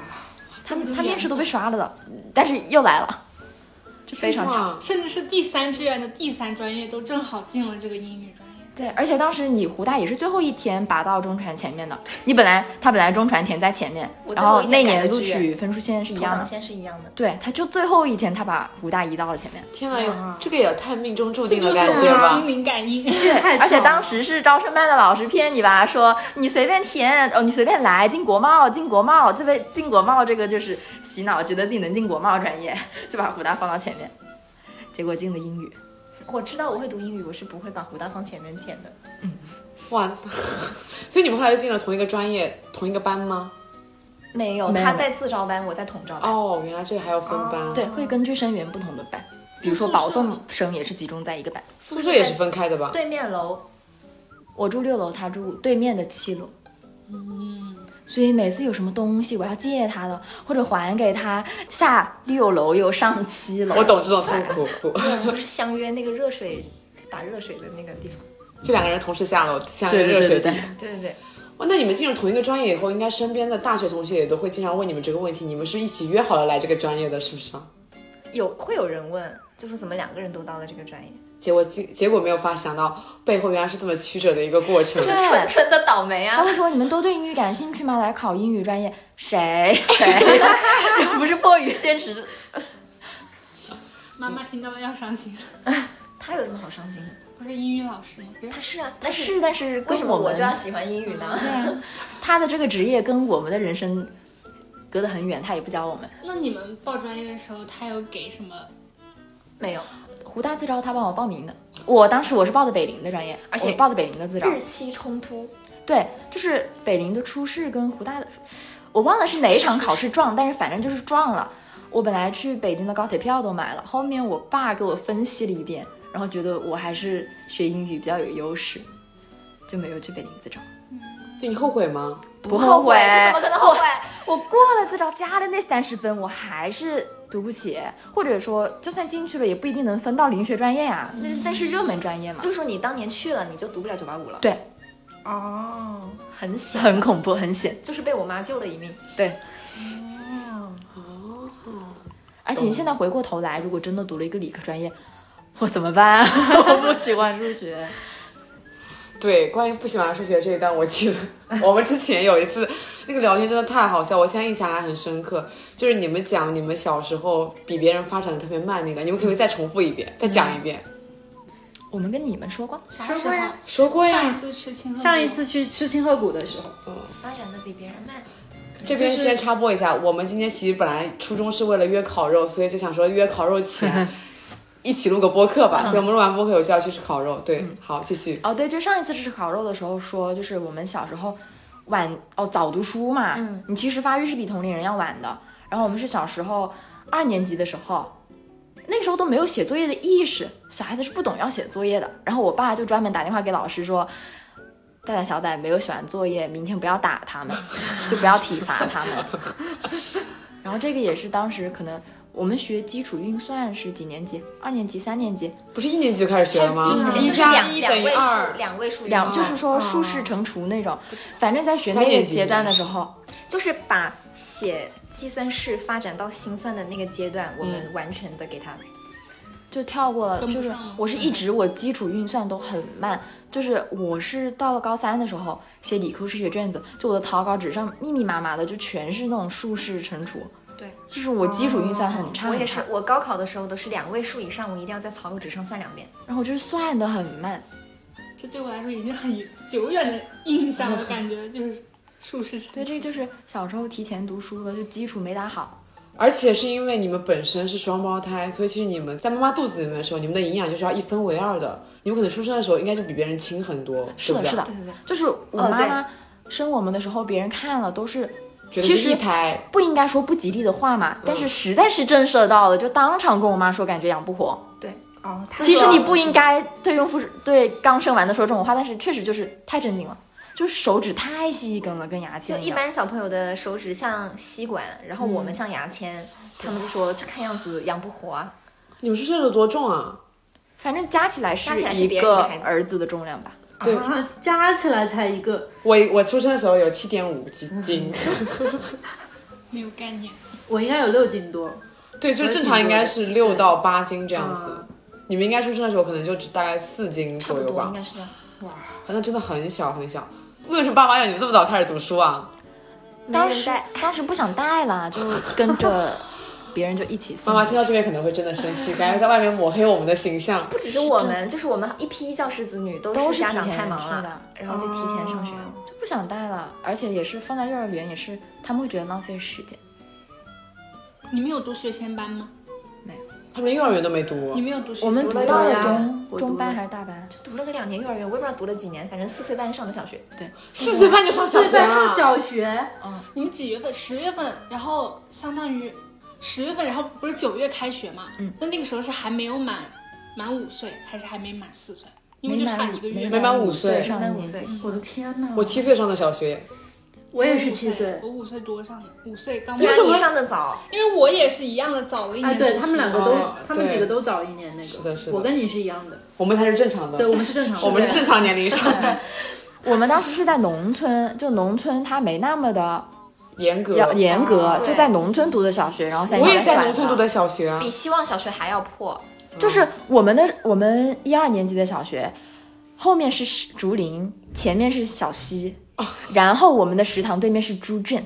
[SPEAKER 3] 他们他面试都被刷了的，但是又来了，这非常巧。
[SPEAKER 1] 哇
[SPEAKER 4] 甚至是第三志愿的第三专业都正好进了这个英语专业。
[SPEAKER 3] 对，而且当时你湖大也是最后一天拔到中传前面的，你本来他本来中传填在前面，
[SPEAKER 5] 我最
[SPEAKER 3] 然
[SPEAKER 5] 后
[SPEAKER 3] 后
[SPEAKER 5] 一天
[SPEAKER 3] 那
[SPEAKER 5] 改
[SPEAKER 3] 年
[SPEAKER 5] 了
[SPEAKER 3] 录
[SPEAKER 5] 志
[SPEAKER 3] 取分数线是一
[SPEAKER 5] 一
[SPEAKER 3] 样
[SPEAKER 5] 样
[SPEAKER 3] 的
[SPEAKER 5] 的，，先是一样的。
[SPEAKER 3] 对，他就最后一天他把湖大移到了前面。
[SPEAKER 1] 天哪，这个也太命中注定
[SPEAKER 4] 就
[SPEAKER 1] 的
[SPEAKER 4] 是
[SPEAKER 1] 感觉
[SPEAKER 4] 我
[SPEAKER 1] 吧
[SPEAKER 3] 啊
[SPEAKER 4] 心？灵感应。
[SPEAKER 2] 太
[SPEAKER 3] 而且
[SPEAKER 2] 巧
[SPEAKER 3] 当
[SPEAKER 2] 了
[SPEAKER 3] 时是招生办的老师骗你吧，说你随便填，哦，你随便来，进国贸，进国贸，这边进国贸这个就是洗脑，觉得自己能进国贸专业， 就把湖大放到前面，结果进了英语。
[SPEAKER 5] 我知道我会读英语，我是不会把湖大放前面填的。
[SPEAKER 1] 哇， 所以你们后来就进了同一个专业、同一个班吗？
[SPEAKER 5] 没有，
[SPEAKER 3] 没有
[SPEAKER 5] 他在自招班，我在统招班。
[SPEAKER 1] 哦，原来这还要分班，
[SPEAKER 3] 对，，会根据生源不同的班，比如说
[SPEAKER 4] 那宿舍
[SPEAKER 3] 保送生也是集中在一个班，
[SPEAKER 1] 宿舍也是分开的吧？
[SPEAKER 5] 对面楼，
[SPEAKER 3] 我住六楼，他住对面的七楼。
[SPEAKER 4] 嗯，
[SPEAKER 3] 所以每次有什么东西我要借他的，或者还给他，下六楼又上七楼。
[SPEAKER 1] 我懂这种痛苦，
[SPEAKER 5] 不是相约那个热水打热水的那个地方。
[SPEAKER 1] 这两个人同时下楼，相
[SPEAKER 3] 对
[SPEAKER 1] 约
[SPEAKER 3] 对
[SPEAKER 1] 热
[SPEAKER 3] 对
[SPEAKER 1] 水
[SPEAKER 3] 对
[SPEAKER 1] 地
[SPEAKER 3] 对。。
[SPEAKER 5] 对对对，
[SPEAKER 1] 哇，那你们进入同一个专业以后，应该身边的大学同学也都会经常问你们这个问题，你们是一起约好了来这个专业的，是不是啊？
[SPEAKER 5] 有会有人问，就说怎么两个人都到了这个专业，
[SPEAKER 1] 结果结结果没有发想到背后原来是这么曲折的一个过程，
[SPEAKER 3] 对
[SPEAKER 5] 纯纯的倒霉
[SPEAKER 3] 他
[SPEAKER 5] 啊！
[SPEAKER 3] 会说：“你们都对英语感兴趣吗？来考英语专业，谁谁？这 不是迫于现实。
[SPEAKER 4] 妈妈听到了要伤心。
[SPEAKER 5] 他有什么好伤心的？
[SPEAKER 4] 不是英语老师吗？
[SPEAKER 5] 他是啊，
[SPEAKER 3] 但是但是
[SPEAKER 5] 为
[SPEAKER 3] 跟
[SPEAKER 5] 什么
[SPEAKER 3] 我
[SPEAKER 5] 我
[SPEAKER 3] 们
[SPEAKER 5] 就要喜欢英语呢？
[SPEAKER 3] 对 啊，他的这个职业跟我们的人生隔得很远，他也不教我们。
[SPEAKER 4] 那你们报专业的时候，他有给什么？
[SPEAKER 5] 没有，
[SPEAKER 3] 湖大自招他帮我报名的，我当时我是报的北林的专业，
[SPEAKER 5] 而且
[SPEAKER 3] 我报的北林的自招，
[SPEAKER 5] 日期冲突，
[SPEAKER 3] 对，就是北林的初试跟湖大的，我忘了是哪一场考试撞，但是反正就是撞了。我本来去北京的高铁票都买了，后面我爸给我分析了一遍，然后觉得我还是学英语比较有优势，就没有去北林自招。
[SPEAKER 1] 对你后悔吗？
[SPEAKER 3] 不
[SPEAKER 5] 后
[SPEAKER 3] 后悔，
[SPEAKER 5] 这怎么可能 后悔？
[SPEAKER 3] 我过了自招加的那三十分，我还是读不起，或者说就算进去了，也不一定能分到灵学专业啊，那那是热门专业嘛。
[SPEAKER 5] 就是说你当年去了，你就读不了九八五了，
[SPEAKER 3] 对，
[SPEAKER 2] 哦，
[SPEAKER 5] 很险，
[SPEAKER 3] 很恐怖，很险。
[SPEAKER 5] 就是被我妈救了一命。
[SPEAKER 3] 对，而且你现在回过头来，如果真的读了一个理科专业，我怎么办、啊 我不喜欢数学。
[SPEAKER 1] 对，关于不喜欢数学这一段，我记得我们之前有一次那个聊天真的太好笑，我现在印象还很深刻。就是你们讲你们小时候比别人发展的特别慢那个，你们可不可以再重复一遍，再讲一遍？
[SPEAKER 3] 我们跟你们说过，
[SPEAKER 5] 啥时
[SPEAKER 4] 说
[SPEAKER 5] 候
[SPEAKER 4] 过呀
[SPEAKER 1] 说过
[SPEAKER 2] 啊
[SPEAKER 4] 上一
[SPEAKER 1] 呀，
[SPEAKER 4] 次吃青稞，
[SPEAKER 2] 上一次去吃青鹤谷的时候，
[SPEAKER 5] 发展的比别人慢？
[SPEAKER 1] 这边先插播一下，我们今天其实本来初衷是为了约烤肉，所以就想说约烤肉前一起录个播客吧。所以我们录完播客，有就要去吃烤肉。对，好，继续。
[SPEAKER 3] 哦对，就上一次吃烤肉的时候说，就是我们小时候晚哦早读书嘛，嗯，你其实发育是比同龄人要晚的。然后我们是小时候二年级的时候，那个时候都没有写作业的意识，小孩子是不懂要写作业的。然后我爸就专门打电话给老师说。大胆小胆没有写完作业，明天不要打他们， 就不要体罚他们。然后这个也是当时可能我们学基础运算是几年级？二年级、三年级？
[SPEAKER 1] 不是一年级就开始学了吗？一加一等于二，
[SPEAKER 5] 嗯两位数，
[SPEAKER 3] 两就是是说竖式乘除那种，反正在学
[SPEAKER 1] 三
[SPEAKER 3] 那
[SPEAKER 1] 年
[SPEAKER 3] 个
[SPEAKER 1] 级
[SPEAKER 3] 阶段
[SPEAKER 1] 应该
[SPEAKER 3] 的
[SPEAKER 1] 是
[SPEAKER 3] 时候，
[SPEAKER 5] 就是把写计算式发展到心算的那个阶段，我们完全的给他
[SPEAKER 3] 就跳过了，
[SPEAKER 4] 跟不
[SPEAKER 3] 就是
[SPEAKER 4] 上了
[SPEAKER 3] 我是一直我基础运算都很慢，就是我是到了高三的时候写理科数学卷子，就我的草稿纸上密密麻麻的就全是那种竖式乘除，
[SPEAKER 5] 对，
[SPEAKER 3] 就是我基础运算很差
[SPEAKER 5] 我
[SPEAKER 3] 很
[SPEAKER 5] 也
[SPEAKER 3] 差
[SPEAKER 5] 是，，我高考的时候都是两位数以上，我一定要在草稿纸上算两遍。
[SPEAKER 3] 然后就是算的很慢，
[SPEAKER 4] 这对我来说已经是很久远的印象了，感觉就是数是
[SPEAKER 3] 对，这个就是小时候提前读书了，就基础没打好，
[SPEAKER 1] 而且是因为你们本身是双胞胎，所以其实你们在妈妈肚子里面的时候，你们的营养就是要一分为二的。你们可能出生的时候应该就比别人轻很多，
[SPEAKER 3] 是的，
[SPEAKER 1] 对
[SPEAKER 3] 是
[SPEAKER 1] 不对
[SPEAKER 3] 的，就是我
[SPEAKER 5] 哦
[SPEAKER 3] 妈
[SPEAKER 5] 对
[SPEAKER 3] 妈生我们的时候，别人看了都是。
[SPEAKER 1] 觉得
[SPEAKER 3] 其
[SPEAKER 1] 是
[SPEAKER 3] 实
[SPEAKER 1] 一胎，
[SPEAKER 3] 不应该说不吉利的话
[SPEAKER 5] 嗯
[SPEAKER 3] 嘛，但是实在是震慑到了，就当场跟我妈说，感觉养不活。
[SPEAKER 2] 哦，
[SPEAKER 3] 其实你不应该对孕妇对刚生完的说这种话，但是确实就是太震惊了，就是手指太细根了，跟牙
[SPEAKER 5] 就
[SPEAKER 3] 签
[SPEAKER 5] 一
[SPEAKER 3] 样。
[SPEAKER 5] 般小朋友的嗯手指像吸管，然后我们像牙签，他们就说这看样子养不活啊。
[SPEAKER 1] 你们出生的时候多重啊？
[SPEAKER 3] 反正加起来是
[SPEAKER 5] 加起来是
[SPEAKER 3] 一
[SPEAKER 5] 别人的
[SPEAKER 3] 个
[SPEAKER 5] 孩子
[SPEAKER 3] 儿子的重量吧。
[SPEAKER 1] 对，
[SPEAKER 2] 啊，加起来才一个，
[SPEAKER 1] 我我出生的时候有七点五斤斤，
[SPEAKER 4] 没有概念。
[SPEAKER 2] 我应该有六斤多。
[SPEAKER 1] 对，就正常应该是六到八斤这样子。你们应该出生的时候可能就只大概四斤
[SPEAKER 5] 差
[SPEAKER 1] 左
[SPEAKER 5] 不
[SPEAKER 1] 右
[SPEAKER 5] 多应
[SPEAKER 1] 吧，啊
[SPEAKER 5] 该是这样。
[SPEAKER 1] 那真的很小很小。为什么爸妈要你们这么早开始读书啊？
[SPEAKER 3] 当
[SPEAKER 5] 人
[SPEAKER 3] 时
[SPEAKER 5] 带
[SPEAKER 3] 当时不想带啦，就跟着别人就一起
[SPEAKER 1] 妈
[SPEAKER 3] 送。
[SPEAKER 1] 妈听到这边可能会真的生气，感觉在外面抹黑我们的形象。
[SPEAKER 5] 不只是我们，就是我们一批教师子女都
[SPEAKER 3] 都
[SPEAKER 5] 是
[SPEAKER 3] 是
[SPEAKER 5] 家
[SPEAKER 3] 提
[SPEAKER 5] 长
[SPEAKER 3] 前
[SPEAKER 5] 太忙
[SPEAKER 3] 去
[SPEAKER 5] 了
[SPEAKER 3] 的，
[SPEAKER 5] 然后就提前上学了。
[SPEAKER 3] 就不想带了，而且也是放在幼儿园，也是他们会觉得浪费时间。
[SPEAKER 4] 你们有读学前班吗？
[SPEAKER 1] 他们连幼儿园都没
[SPEAKER 4] 你
[SPEAKER 1] 读，
[SPEAKER 4] 们有读学
[SPEAKER 3] 我
[SPEAKER 4] 前班
[SPEAKER 3] 们
[SPEAKER 4] 吗
[SPEAKER 3] 读
[SPEAKER 5] 了
[SPEAKER 3] 到
[SPEAKER 5] 幼儿
[SPEAKER 3] 了
[SPEAKER 5] 园
[SPEAKER 3] 中
[SPEAKER 2] 我读
[SPEAKER 3] 中班
[SPEAKER 2] 了
[SPEAKER 3] 还是大班？
[SPEAKER 5] 读了个两年幼儿园，我也不知道读了几年，反正四岁半上的小 学。
[SPEAKER 1] 四岁半就上小
[SPEAKER 2] 对，
[SPEAKER 1] 学
[SPEAKER 2] 班
[SPEAKER 1] 了
[SPEAKER 2] 上。小学，
[SPEAKER 4] 你们几月份？十月份，然后相当于十月份，然后不是九月开学嘛？嗯，那那个时候是还没有满满五岁，还是还没满四岁？因为就差一个月。
[SPEAKER 1] 没满五岁
[SPEAKER 3] 上
[SPEAKER 5] 没
[SPEAKER 3] 一
[SPEAKER 5] 满五
[SPEAKER 3] 年级
[SPEAKER 5] 岁。嗯
[SPEAKER 2] 我的天哪！
[SPEAKER 1] 我七岁上的小学，
[SPEAKER 2] 我也是
[SPEAKER 4] 五
[SPEAKER 2] 七岁
[SPEAKER 4] 我，五岁多上的，五岁刚
[SPEAKER 5] 虽
[SPEAKER 4] 满
[SPEAKER 5] 然你上的早，
[SPEAKER 4] 因为我也是一样的，早了一
[SPEAKER 2] 哎，
[SPEAKER 4] 年读书。
[SPEAKER 2] 对他们两个都
[SPEAKER 1] 哦，
[SPEAKER 2] 他们
[SPEAKER 1] 对
[SPEAKER 2] 几个都早一年那个。
[SPEAKER 1] 是的是的
[SPEAKER 2] 我跟你是一样的，
[SPEAKER 1] 我们才是正常
[SPEAKER 2] 对，
[SPEAKER 1] 的，
[SPEAKER 2] 我们是正常的。
[SPEAKER 1] 我们是正常年龄上的，
[SPEAKER 3] 我们当时是在农村，就农村它没那么的
[SPEAKER 1] 严格。啊
[SPEAKER 3] 要严格，
[SPEAKER 5] 对
[SPEAKER 3] 就在农村读的小学，然后三
[SPEAKER 1] 我
[SPEAKER 3] 年
[SPEAKER 1] 也
[SPEAKER 3] 才
[SPEAKER 1] 在
[SPEAKER 3] 转
[SPEAKER 1] 农村读
[SPEAKER 3] 到，
[SPEAKER 1] 的小学啊
[SPEAKER 5] 比，希望小学还要破。
[SPEAKER 3] 就是我们的我们一二年级的小学，后面是竹林，前面是小溪，然后我们的食堂对面是 猪圈，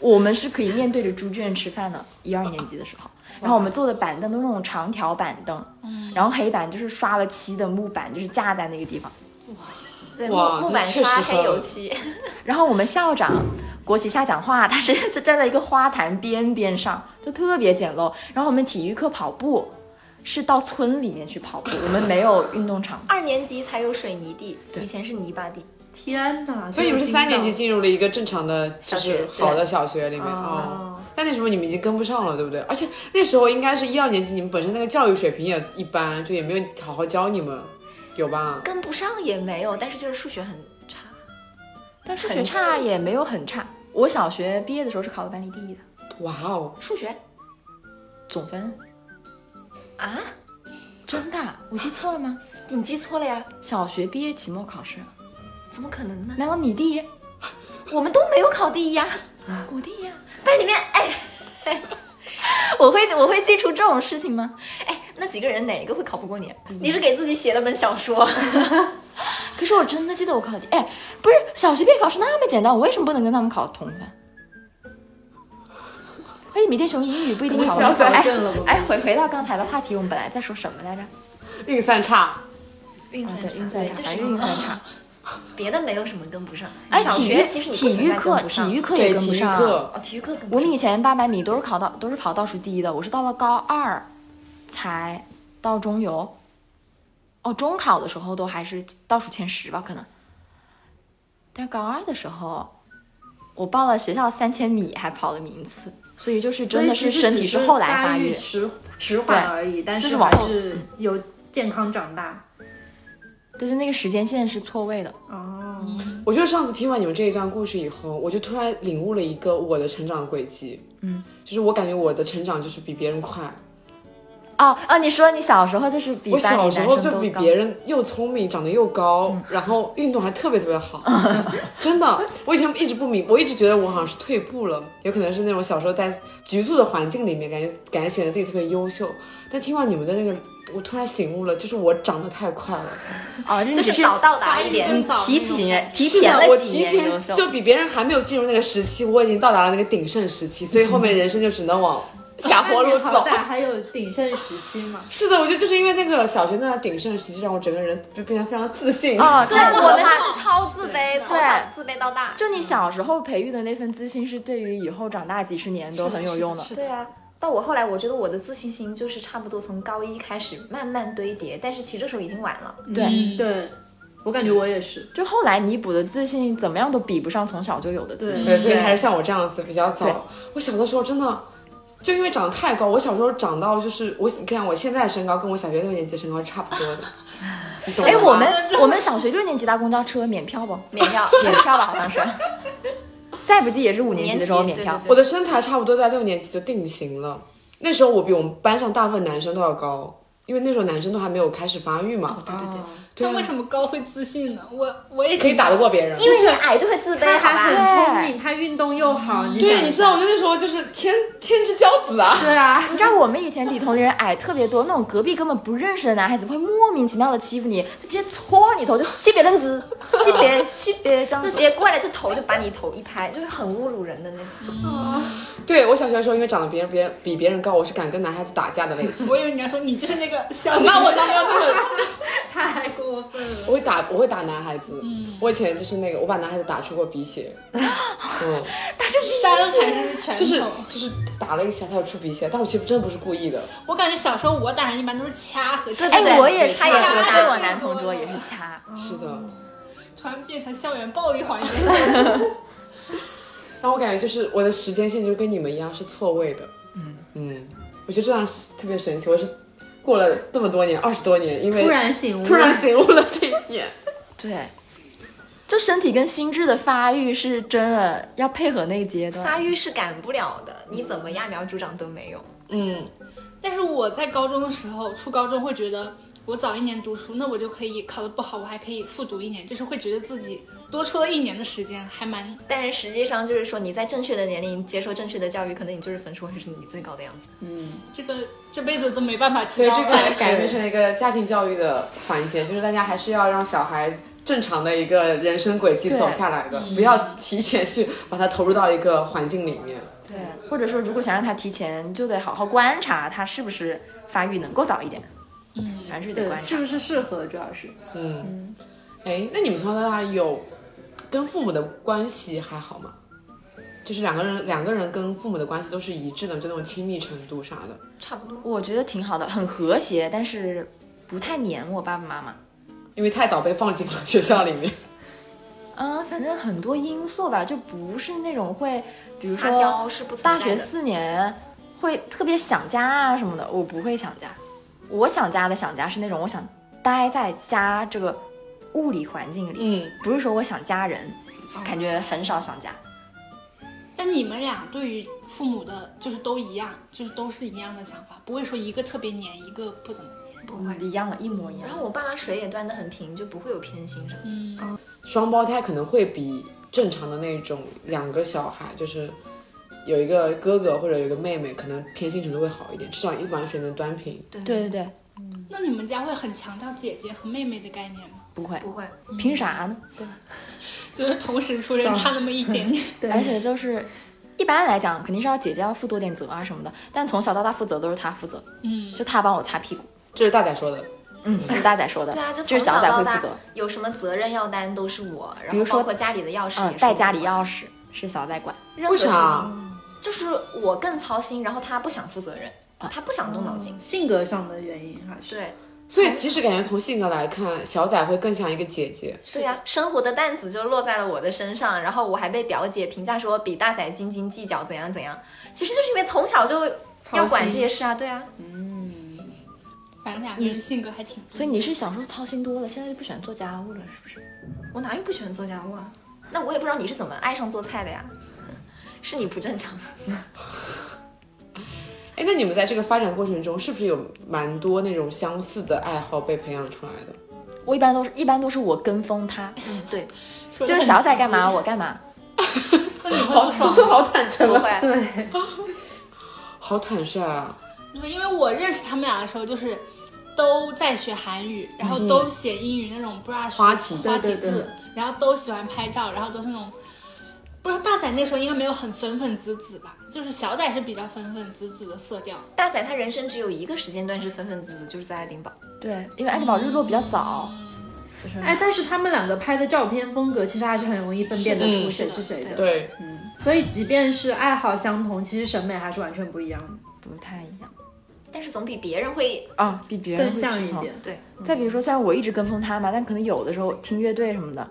[SPEAKER 3] 我们是可以面对着猪圈吃饭的，一二年级的时候。然后我们坐的板凳都是那种长条板凳，
[SPEAKER 1] 嗯
[SPEAKER 3] 然后黑板就是刷了漆的木板，就是架在那个地方。
[SPEAKER 5] 对，木
[SPEAKER 1] 哇
[SPEAKER 5] 木
[SPEAKER 1] 那
[SPEAKER 5] 板
[SPEAKER 1] 确实
[SPEAKER 5] 刷
[SPEAKER 1] 很
[SPEAKER 5] 黑油漆，
[SPEAKER 3] 然后我们校长国旗下讲话，他是 是站在一个花坛边边上，就特别简陋。然后我们体育课跑步，是到村里面去跑步，我们没有运动场。
[SPEAKER 5] 二年级才有水泥地，
[SPEAKER 3] 对
[SPEAKER 5] 以前是泥巴地。
[SPEAKER 2] 天哪！
[SPEAKER 1] 所以你们是三年级进入了一个正常的，就
[SPEAKER 5] 小学
[SPEAKER 1] 是好的小学里面哦。
[SPEAKER 2] 啊，
[SPEAKER 1] 但那时候你们已经跟不上了，对不对？而且那时候应该是一二年级，你们本身那个教育水平也一般，就也没有好好教你们，有吧？
[SPEAKER 5] 跟不上也没有，但是就是数学很差。
[SPEAKER 3] 但数学
[SPEAKER 5] 很
[SPEAKER 3] 差也没有很差，我小学毕业的时候是考了班里第一的
[SPEAKER 1] 哇哦，
[SPEAKER 5] 数学
[SPEAKER 3] 总分，
[SPEAKER 5] 啊，
[SPEAKER 3] 真的，我记错了吗？
[SPEAKER 5] 你记错了呀？
[SPEAKER 3] 小学毕业期末考试，
[SPEAKER 5] 怎么可能呢？
[SPEAKER 3] 难道你第一？
[SPEAKER 5] 我们都没有考第一呀、
[SPEAKER 3] 我第一啊！
[SPEAKER 5] 班里面哎。
[SPEAKER 3] 我会我会记住这种事情吗？嗯
[SPEAKER 5] 哎，那几个人哪一个会考不过你？啊你是给自己写了本小说，
[SPEAKER 3] 可是我真的记得我考第，哎，不是小学毕业考试那么简单，我为什么不能跟他们考同分？而且米店熊英语不一定考得
[SPEAKER 2] 潇
[SPEAKER 3] 好。
[SPEAKER 2] 洒
[SPEAKER 3] 哎
[SPEAKER 2] 镇了吗
[SPEAKER 3] 哎，回回到刚才的话题，我们本来在说什么来着？
[SPEAKER 1] 运散差，
[SPEAKER 5] 运
[SPEAKER 3] 啊，
[SPEAKER 5] 算
[SPEAKER 3] 对，运算差，
[SPEAKER 5] 就是
[SPEAKER 3] 反正运算差。
[SPEAKER 5] 别的没有什么跟不上。
[SPEAKER 3] 哎，
[SPEAKER 5] 小
[SPEAKER 3] 体
[SPEAKER 5] 学
[SPEAKER 3] 育
[SPEAKER 5] 其实你不
[SPEAKER 3] 体
[SPEAKER 5] 存
[SPEAKER 3] 育
[SPEAKER 5] 在
[SPEAKER 3] 课
[SPEAKER 5] 跟不上
[SPEAKER 3] 体育课也
[SPEAKER 1] 对，
[SPEAKER 3] 跟
[SPEAKER 1] 体
[SPEAKER 3] 不
[SPEAKER 1] 育
[SPEAKER 3] 上。
[SPEAKER 1] 课
[SPEAKER 5] 哦，体育课跟不
[SPEAKER 3] 我
[SPEAKER 5] 上
[SPEAKER 3] 们以前八百米都是考到都是跑倒数第一的，我是到了高二才到中游。哦，中考的时候都还是倒数前十吧，可能。但是高二的时候，我报了学校三千米，还跑了名次，所以就是真的
[SPEAKER 2] 所以其
[SPEAKER 3] 是
[SPEAKER 2] 实
[SPEAKER 3] 身
[SPEAKER 2] 只
[SPEAKER 3] 体
[SPEAKER 2] 是
[SPEAKER 3] 后来发
[SPEAKER 2] 育
[SPEAKER 3] 育。
[SPEAKER 2] 迟迟缓而已，但
[SPEAKER 3] 就是是往
[SPEAKER 2] 还
[SPEAKER 3] 后
[SPEAKER 2] 是有健康长大。
[SPEAKER 3] 对，就那个时间线是错位的。
[SPEAKER 2] 哦，
[SPEAKER 1] 我觉得上次听完你们这一段故事以后，我就突然领悟了一个我的成长轨迹。
[SPEAKER 3] 嗯，
[SPEAKER 1] 就是我感觉我的成长就是比别人快，
[SPEAKER 3] 哦哦，你说你小时候就是比
[SPEAKER 1] 我
[SPEAKER 3] 班里
[SPEAKER 1] 小
[SPEAKER 3] 男
[SPEAKER 1] 时候
[SPEAKER 3] 生
[SPEAKER 1] 就
[SPEAKER 3] 都
[SPEAKER 1] 比
[SPEAKER 3] 高
[SPEAKER 1] 别人又聪明，长得又高，然后运动还特别特别 好，真的。我以前一直不明，我一直觉得我好像是退步了，有可能是那种小时候在局促的环境里面，感觉感觉显得自己特别优秀。但听完你们的那个，我突然醒悟了，就是我长得太快了，
[SPEAKER 3] 哦，
[SPEAKER 5] 就
[SPEAKER 3] 就是是
[SPEAKER 5] 早到达一
[SPEAKER 4] 发育
[SPEAKER 5] 点
[SPEAKER 4] 更，早
[SPEAKER 3] 提
[SPEAKER 4] 那种
[SPEAKER 3] 前嗯提
[SPEAKER 1] 是
[SPEAKER 3] 前
[SPEAKER 1] 的，我
[SPEAKER 3] 了几
[SPEAKER 1] 提
[SPEAKER 3] 年优
[SPEAKER 1] 前
[SPEAKER 3] 秀。
[SPEAKER 1] 就比别人还没有进入那个时期，我已经到达了那个鼎盛时期，所以后面人生就只能 往下坡路
[SPEAKER 2] 那你好
[SPEAKER 1] 走。，
[SPEAKER 2] 歹还有鼎盛时期嘛
[SPEAKER 1] 是的，我觉得就是因为那个小学那段鼎盛时期，让我整个人就变得非常自信。
[SPEAKER 3] 哦，
[SPEAKER 5] 对
[SPEAKER 3] 太可
[SPEAKER 5] 我们
[SPEAKER 3] 怕
[SPEAKER 5] 就是超自卑，从小自卑到大。
[SPEAKER 3] 就你小时候培育的那份自信，是对于以后长大几十年都很有用的。
[SPEAKER 1] 是
[SPEAKER 5] 对啊，到我后来，我觉得我的自信心就是差不多从高一开始慢慢堆叠，但是其实这时候已经晚了。
[SPEAKER 3] 对
[SPEAKER 2] 嗯对，我感觉我也是。
[SPEAKER 3] 就后来弥补的自信，怎么样都比不上从小就有的自信。
[SPEAKER 1] 对，所以还是像我这样子比较
[SPEAKER 3] 对
[SPEAKER 1] 早。我小的时候真的，就因为长得太高，我小时候长到就是我，你看我现在的身高跟我小学六年级身高是差不多的，你懂吗？
[SPEAKER 3] 哎，我们我们小学六年级搭公交车免票不？
[SPEAKER 5] 免票
[SPEAKER 3] 免票吧，好像是。再不济也是五年级的时候
[SPEAKER 5] 五年
[SPEAKER 3] 免
[SPEAKER 5] 级
[SPEAKER 3] 票。
[SPEAKER 5] 对对
[SPEAKER 1] 我的身材差不多在六年级就定型了。那时候我比我们班上大部分男生都要高，因为那时候男生都还没有开始发育嘛。
[SPEAKER 3] 对对对，
[SPEAKER 1] 哦对
[SPEAKER 4] 但
[SPEAKER 1] 啊，
[SPEAKER 4] 为什么高会自信呢？我我也
[SPEAKER 1] 可以打得过别人。
[SPEAKER 5] 因为你矮就会自卑，
[SPEAKER 2] 他
[SPEAKER 5] 好
[SPEAKER 2] 还
[SPEAKER 5] 吧？
[SPEAKER 2] 很聪明，他运动又好，你
[SPEAKER 1] 对，
[SPEAKER 2] 想
[SPEAKER 1] 你
[SPEAKER 2] 一
[SPEAKER 1] 知道，
[SPEAKER 2] 下
[SPEAKER 1] 我，就那时候就是天天之骄子啊。
[SPEAKER 2] 对啊，
[SPEAKER 3] 你知道我们以前比同龄人矮特别多，那种隔壁根本不认识的男孩子会莫名其妙的欺负你，就直接搓你头，就西别人子，西别西别这样
[SPEAKER 5] 就直
[SPEAKER 3] 子。
[SPEAKER 5] 接过来就头就把你头一拍，就是很侮辱人的那种。
[SPEAKER 1] 对我小学的时候，因为长得别人别人比别人高，我是敢跟男孩子打架的类 型。
[SPEAKER 4] 我以为你要说你就是那个小，
[SPEAKER 1] 那我当没有那个。
[SPEAKER 2] 太过分了。
[SPEAKER 1] 我会打，我会打男孩子。我以前就是那个，我把男孩子打出过鼻血。嗯，
[SPEAKER 4] 山还是拳头？
[SPEAKER 1] 就是就是打了一下，他就出鼻血，但我其实真的不是故意的。
[SPEAKER 4] 我感觉小时候我打人一般都是掐和对
[SPEAKER 3] 哎，我也是，
[SPEAKER 5] 他也是
[SPEAKER 3] 我
[SPEAKER 5] 打
[SPEAKER 3] 对
[SPEAKER 5] 架
[SPEAKER 3] 我男同桌也是掐。
[SPEAKER 1] 是的，
[SPEAKER 4] 突然变成校园暴力 环节。
[SPEAKER 1] 但我感觉就是我的时间线就跟你们一样是错位的。嗯嗯，我觉得这样是特别神奇。我是过了这么多年，二十多年，因为
[SPEAKER 2] 突然醒悟，
[SPEAKER 1] 突然醒悟了这一点。
[SPEAKER 3] 对，就身体跟心智的发育是真的要配合那个阶段。
[SPEAKER 5] 发育是赶不了的，你怎么揠苗助长都没用。
[SPEAKER 1] 嗯，
[SPEAKER 4] 但是我在高中的时候，初高中会觉得我早一年读书，那我就可以考得不好，我还可以复读一年，就是会觉得自己多出了一年的时间，还蛮
[SPEAKER 5] 但是实际上就是说，你在正确的年龄接受正确的教育，可能你就是分数会是你最高的样子。
[SPEAKER 4] 这个这辈子都没办法
[SPEAKER 1] 所
[SPEAKER 4] 知
[SPEAKER 1] 以
[SPEAKER 4] 道
[SPEAKER 1] 这
[SPEAKER 4] 了。
[SPEAKER 1] 个改变成了一个家庭教育的环节，就是大家还是要让小孩正常的一个人生轨迹走下来的，不要提前去把他投入到一个环境里面。
[SPEAKER 3] 对，或者说如果想让他提前，就得好好观察他是不是发育能够早一点。嗯，还是得
[SPEAKER 2] 对，
[SPEAKER 3] 观
[SPEAKER 2] 是
[SPEAKER 3] 察。
[SPEAKER 2] 不是适合？主要是
[SPEAKER 1] 嗯，哎，那你们从小到大有跟父母的关系还好吗？就是两个人两个人跟父母的关系都是一致的，就那种亲密程度啥的。
[SPEAKER 5] 差不多。
[SPEAKER 3] 我觉得挺好的，很和谐，但是不太黏我爸爸妈妈。
[SPEAKER 1] 因为太早被放进了学校里面，
[SPEAKER 3] 嗯，反正很多因素吧，就不是那种会，比如
[SPEAKER 5] 撒
[SPEAKER 3] 说
[SPEAKER 5] 娇是不存
[SPEAKER 3] 大
[SPEAKER 5] 在
[SPEAKER 3] 学
[SPEAKER 5] 的
[SPEAKER 3] 四年会特别想家啊什么的，我不会想家。我想家的想家是那种我想待在家这个物理环境里，
[SPEAKER 1] 嗯，
[SPEAKER 3] 不是说我想家人，
[SPEAKER 5] 哦
[SPEAKER 3] 感觉很少想家。
[SPEAKER 4] 但你们俩对于父母的，就是都一样，就是都是一样的想法，不会说一个特别黏，一个不怎么黏。
[SPEAKER 3] 不会，一样的，一模一样。
[SPEAKER 5] 然后我爸妈水也端得很平，就不会有偏心什么的。
[SPEAKER 4] 嗯，
[SPEAKER 1] 双胞胎可能会比正常的那种两个小孩，就是有一个哥哥或者有一个妹妹，可能偏心程度会好一点，至少一完全能端平。
[SPEAKER 5] 对
[SPEAKER 3] 对对对，
[SPEAKER 4] 那你们家会很强调姐姐和妹妹的概念吗？
[SPEAKER 3] 不会，
[SPEAKER 5] 不会，
[SPEAKER 3] 凭啥呢？
[SPEAKER 4] 就是同时出生差那么一点点。
[SPEAKER 5] 嗯
[SPEAKER 3] 而且就是，一般来讲肯定是要姐姐要负多点责啊什么的，但从小到大负责都是她负责，
[SPEAKER 4] 嗯，
[SPEAKER 3] 就她帮我擦屁股。
[SPEAKER 1] 这是大仔说的，
[SPEAKER 3] 嗯，是大仔说的，
[SPEAKER 5] 对啊，就
[SPEAKER 3] 就
[SPEAKER 5] 从
[SPEAKER 3] 是小
[SPEAKER 5] 小
[SPEAKER 3] 仔会
[SPEAKER 5] 到
[SPEAKER 3] 负
[SPEAKER 5] 大
[SPEAKER 3] 责，
[SPEAKER 5] 有什么责任要担都是我，然
[SPEAKER 3] 比
[SPEAKER 5] 后
[SPEAKER 3] 如说
[SPEAKER 5] 包括家里的钥匙
[SPEAKER 3] 嗯，
[SPEAKER 5] 也是我
[SPEAKER 3] 带家里，钥匙是小仔管，
[SPEAKER 5] 任何
[SPEAKER 1] 为
[SPEAKER 5] 事情
[SPEAKER 1] 啥？
[SPEAKER 5] 就是我更操心，然后他不想负责任，他不想动脑筋。
[SPEAKER 2] 性格上的原因还是
[SPEAKER 5] 对
[SPEAKER 1] 所以其实感觉从性格来看，小仔会更像一个姐姐，
[SPEAKER 5] 对呀、生活的担子就落在了我的身上，然后我还被表姐评价说比大仔斤斤计较，怎样怎样。其实就是因为从小就要管这些事啊，对啊，
[SPEAKER 4] 反正两个人性格还挺不一样。
[SPEAKER 3] 所以你是小时候操心多了，现在就不喜欢做家务了，是不是？
[SPEAKER 5] 我哪有不喜欢做家务啊？那我也不知道你是怎么爱上做菜的呀， 是你不正常。
[SPEAKER 1] 哎，那你们在这个发展过程中，是不是有蛮多那种相似的爱好被培养出来的？
[SPEAKER 3] 我一般都是一般都是我跟风他，
[SPEAKER 5] 对，
[SPEAKER 4] 说得
[SPEAKER 3] 就是
[SPEAKER 4] 很
[SPEAKER 3] 小仔干
[SPEAKER 4] 直
[SPEAKER 3] 嘛
[SPEAKER 4] 接
[SPEAKER 3] 我干嘛，
[SPEAKER 4] 那你会
[SPEAKER 1] 好，
[SPEAKER 4] 不
[SPEAKER 1] 说
[SPEAKER 4] 爽
[SPEAKER 1] 说好坦诚
[SPEAKER 5] 不
[SPEAKER 1] 啊，
[SPEAKER 5] 会。
[SPEAKER 2] 对，
[SPEAKER 1] 好坦率啊！
[SPEAKER 4] 对，因为我认识他们俩的时候，就是都在学韩语，
[SPEAKER 3] 嗯
[SPEAKER 4] 然后都写英语那种 brush
[SPEAKER 1] 花体
[SPEAKER 4] 花体
[SPEAKER 2] 对对
[SPEAKER 4] 字，然后都喜欢拍照，然后都是那种。不知道大仔那时候应该没有很粉粉紫紫吧，就是小仔是比较粉粉紫紫的色调。
[SPEAKER 5] 大仔他人生只有一个时间段是粉粉紫紫，就是在爱丁堡。
[SPEAKER 3] 对，因为爱丁堡日落比较早，
[SPEAKER 4] 嗯
[SPEAKER 3] 就是
[SPEAKER 2] 哎，但是他们两个拍的照片风格其实还是很容易分辨得
[SPEAKER 1] 嗯
[SPEAKER 2] 出谁
[SPEAKER 4] 是的
[SPEAKER 2] 是谁的。
[SPEAKER 1] 对，
[SPEAKER 2] 所以即便是爱好相同，其实审美还是完全不一样的，
[SPEAKER 3] 不太一样
[SPEAKER 5] 但是总比别人会
[SPEAKER 3] 啊，比别人
[SPEAKER 2] 更
[SPEAKER 3] 会
[SPEAKER 2] 像
[SPEAKER 3] 趋
[SPEAKER 2] 一
[SPEAKER 3] 同
[SPEAKER 2] 点。
[SPEAKER 5] 对。
[SPEAKER 3] 再比如说，虽然我一直跟风他嘛，但可能有的时候听乐队什么的，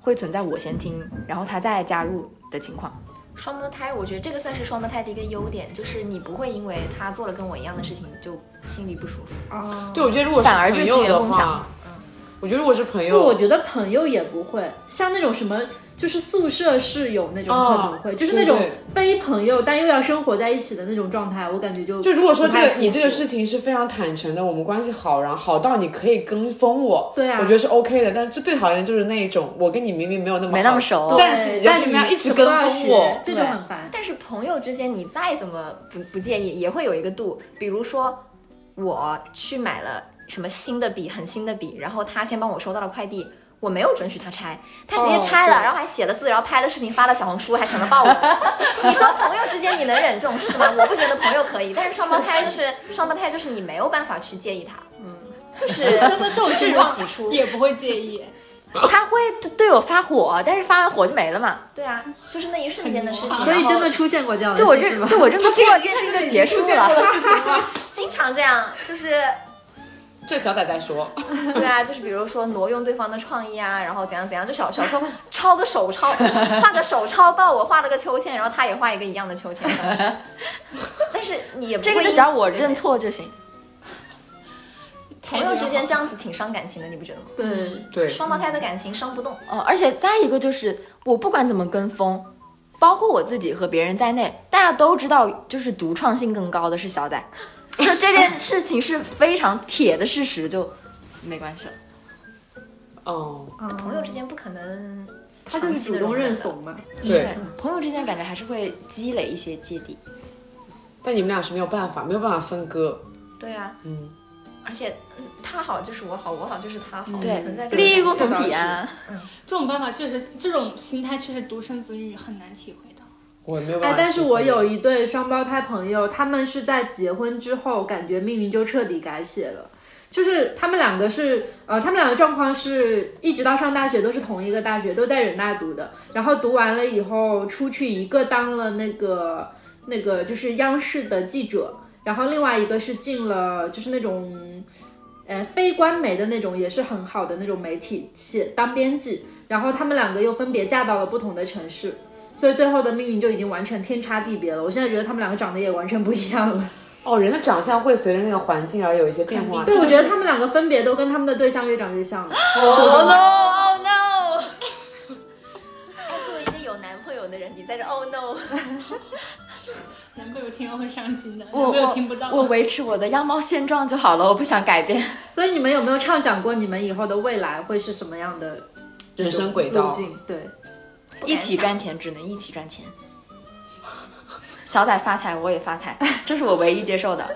[SPEAKER 3] 会存在我先听，然后他再加入的情况。
[SPEAKER 5] 双胞胎，我觉得这个算是双胞胎的一个优点，就是你不会因为他做了跟我一样的事情就心里不舒服。
[SPEAKER 2] 哦，
[SPEAKER 1] 对，我觉得如果是
[SPEAKER 3] 反而就是
[SPEAKER 1] 朋友
[SPEAKER 3] 资源
[SPEAKER 1] 的
[SPEAKER 3] 共
[SPEAKER 1] 话
[SPEAKER 3] 享，
[SPEAKER 1] 我觉得如果是朋
[SPEAKER 2] 就
[SPEAKER 1] 友，
[SPEAKER 2] 我觉得朋友也不会，像那种什么，就是宿舍室友那种
[SPEAKER 1] 哦
[SPEAKER 2] 可能会，就是那种
[SPEAKER 1] 对对
[SPEAKER 2] 非朋友但又要生活在一起的那种状态，我感觉就
[SPEAKER 1] 就
[SPEAKER 2] 就
[SPEAKER 1] 如果说这个你这个事
[SPEAKER 2] 情，
[SPEAKER 1] 情是非常坦诚的，我们关系好，然后好到你可以跟风我，
[SPEAKER 2] 对啊
[SPEAKER 1] 我觉得是 OK 的。但是最讨厌就是那种我跟你明明没有那么
[SPEAKER 3] 没那么
[SPEAKER 1] 好
[SPEAKER 3] 熟
[SPEAKER 1] 但是你就
[SPEAKER 2] 但
[SPEAKER 1] 偏偏
[SPEAKER 2] 你
[SPEAKER 1] 一直
[SPEAKER 2] 什么
[SPEAKER 1] 跟
[SPEAKER 2] 都要
[SPEAKER 1] 风
[SPEAKER 2] 学
[SPEAKER 1] 我，
[SPEAKER 2] 这就
[SPEAKER 3] 对
[SPEAKER 2] 很烦。
[SPEAKER 5] 但是朋友之间，你再怎么不不介意，也会有一个度。比如说，我去买了什么新的笔，很新的笔，然后他先帮我收到了快递，我没有准许他拆，他直接拆了，
[SPEAKER 1] 哦对
[SPEAKER 5] 然后还写了字，然后拍了视频发了小红书，还想着抱我。 你说朋友之间你能忍这种事吗？我不觉得朋友可以，但是双胞胎就是双胞胎，就是你没有办法去介意他，嗯，就是
[SPEAKER 4] 真的这种
[SPEAKER 5] 视
[SPEAKER 4] 情
[SPEAKER 5] 如
[SPEAKER 4] 况
[SPEAKER 5] 己出，
[SPEAKER 4] 也不会介意，
[SPEAKER 3] 他会对对我发火，但是发完火就没了嘛。
[SPEAKER 5] 对啊，就是那一瞬间的事情，
[SPEAKER 2] 所以
[SPEAKER 5] 然后
[SPEAKER 2] 真的出现过这样的
[SPEAKER 3] 就我
[SPEAKER 2] 事情
[SPEAKER 3] 认
[SPEAKER 2] 吗？
[SPEAKER 3] 就我认不错，这
[SPEAKER 1] 这
[SPEAKER 3] 事
[SPEAKER 1] 个
[SPEAKER 3] 就
[SPEAKER 1] 已经
[SPEAKER 3] 结束
[SPEAKER 1] 出现过
[SPEAKER 3] 了
[SPEAKER 1] 的。事情了。
[SPEAKER 5] 经常这样，就是
[SPEAKER 1] 这小仔仔说，
[SPEAKER 5] 对啊，就是比如说挪用对方的创意啊，然后怎样怎样，就小小时候抄个手抄，画个手抄抱我画了个秋千，然后他也画一个一样的秋千。 但是你也不会
[SPEAKER 3] 这个就
[SPEAKER 5] 因
[SPEAKER 3] 只要
[SPEAKER 5] 此
[SPEAKER 3] 我
[SPEAKER 5] 对
[SPEAKER 3] 认错就行。
[SPEAKER 5] 朋友之间这样子挺伤感情的，你不觉得吗？
[SPEAKER 2] 对，
[SPEAKER 1] 对，
[SPEAKER 5] 双胞胎的感情伤不动，
[SPEAKER 3] 嗯，而且再一个就是，我不管怎么跟风，包括我自己和别人在内，大家都知道，就是独创性更高的是小仔， 就这件事情是非常铁的事实，就没关系了。
[SPEAKER 1] 哦，
[SPEAKER 2] 嗯
[SPEAKER 5] 朋友之间不可能
[SPEAKER 2] 他
[SPEAKER 5] 长期地容
[SPEAKER 2] 就
[SPEAKER 5] 忍的。
[SPEAKER 2] 是主动认怂嘛。
[SPEAKER 1] 对。
[SPEAKER 3] 朋友之间感觉还是会积累一些芥蒂。
[SPEAKER 1] 但你们俩是没有办法，没有办法分割。
[SPEAKER 5] 对啊，
[SPEAKER 1] 嗯，
[SPEAKER 5] 而且嗯他好就是我好，我好就是他好，
[SPEAKER 3] 嗯对
[SPEAKER 5] 存在感
[SPEAKER 3] 利益共同体啊，
[SPEAKER 4] 这种办法确实，这种心态确实独生子女很难体会到。
[SPEAKER 1] 我没有办
[SPEAKER 2] 哎
[SPEAKER 1] 法，。
[SPEAKER 2] 但是我有一对双胞胎朋友，他们是在结婚之后，感觉命运就彻底改写了。就是他们两个是呃，他们两个状况是一直到上大学都是同一个大学，都在人大读的，然后读完了以后出去，一个当了那个那个就是央视的记者，然后另外一个是进了就是那种。呃，非官媒的那种也是很好的那种媒体，写当编辑，然后他们两个又分别嫁到了不同的城市，所以最后的命运就已经完全天差地别了。我现在觉得他们两个长得也完全不一样了。
[SPEAKER 1] 哦，人的长相会随着那个环境而有一些变化。
[SPEAKER 2] 对，我觉得哦他们两个分别都跟他们的对象越长越像了。
[SPEAKER 5] Oh no!
[SPEAKER 3] 哦
[SPEAKER 5] Oh no! 哎，作为一个有男朋友的人，你在这 Oh no！
[SPEAKER 4] 男朋友听了会伤心的，
[SPEAKER 3] 我
[SPEAKER 4] 男朋友听不到。
[SPEAKER 3] 我维持我的样貌现状就好了，我不想改变。
[SPEAKER 2] 所以你们有没有畅想过你们以后的未来会是什么样的
[SPEAKER 1] 人生轨
[SPEAKER 2] 路
[SPEAKER 1] 道，
[SPEAKER 2] 径？对，
[SPEAKER 3] 一起赚钱，只能一起赚钱。小仔发财，我也发 财，这是我唯一接受的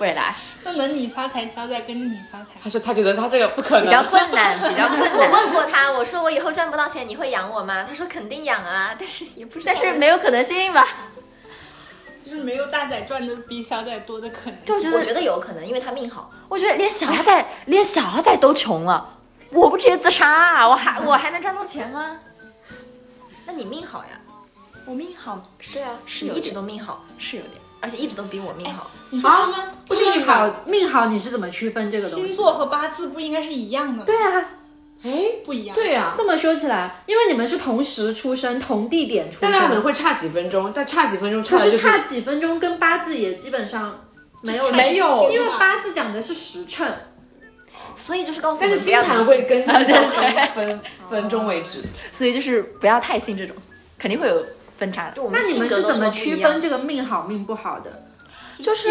[SPEAKER 3] 未来，
[SPEAKER 4] 不能你发财，小仔跟着你发财。
[SPEAKER 1] 他说他觉得他这个不可
[SPEAKER 3] 比较
[SPEAKER 1] 能。
[SPEAKER 3] 困难，比较困
[SPEAKER 5] 我
[SPEAKER 3] 难，
[SPEAKER 5] 问过他，我说我以后赚不到钱，你会养我吗？他说肯定养啊，但是也不知道。
[SPEAKER 3] 但是没有可能性吧？
[SPEAKER 4] 就是没有大仔赚的比小仔多的可能性。
[SPEAKER 3] 就觉
[SPEAKER 5] 我
[SPEAKER 3] 得
[SPEAKER 5] 觉得有可能，因为他命好。
[SPEAKER 3] 我觉得连小仔，连小仔都穷了，我不直接自杀、啊，我 还我还能赚到钱吗？
[SPEAKER 5] 那你命好呀？
[SPEAKER 3] 我命好，
[SPEAKER 5] 对啊，
[SPEAKER 3] 是
[SPEAKER 5] 你
[SPEAKER 3] 有
[SPEAKER 5] 一直
[SPEAKER 3] 点
[SPEAKER 5] 都命好，
[SPEAKER 3] 是有点。
[SPEAKER 5] 而且一直都比我
[SPEAKER 3] 哎
[SPEAKER 5] 命好。
[SPEAKER 4] 你说
[SPEAKER 5] 啊
[SPEAKER 4] 他们
[SPEAKER 1] 不是你
[SPEAKER 2] 命
[SPEAKER 1] 把
[SPEAKER 2] 好命好，你是怎么区分这个东
[SPEAKER 4] 星
[SPEAKER 2] 西？
[SPEAKER 4] 座和八字不应该是一样的吗？
[SPEAKER 2] 对啊，
[SPEAKER 1] 哎，
[SPEAKER 4] 不一样。
[SPEAKER 1] 对呀、
[SPEAKER 2] 这么说起来，因为你们是同时出生、同地点出
[SPEAKER 1] 大家可能
[SPEAKER 2] 生，
[SPEAKER 1] 会差几分钟，但差几分钟差
[SPEAKER 2] 可
[SPEAKER 1] 的就是
[SPEAKER 2] 差几分钟跟八字也基本上没有啊
[SPEAKER 1] 没有，
[SPEAKER 2] 因为八字讲的是时辰，
[SPEAKER 5] 所以就是告诉我
[SPEAKER 1] 但是
[SPEAKER 5] 们不
[SPEAKER 1] 星
[SPEAKER 5] 要迷
[SPEAKER 1] 盘
[SPEAKER 5] 信
[SPEAKER 1] 会根据分分分钟为止。
[SPEAKER 3] 所以就是不要太信这种，肯定会有分叉的
[SPEAKER 5] 对。我
[SPEAKER 2] 那你
[SPEAKER 5] 性
[SPEAKER 2] 们
[SPEAKER 5] 格
[SPEAKER 2] 是
[SPEAKER 5] 都
[SPEAKER 2] 怎么
[SPEAKER 5] 超不一
[SPEAKER 2] 区
[SPEAKER 5] 样
[SPEAKER 2] 分这个命好命不好的？
[SPEAKER 3] 就是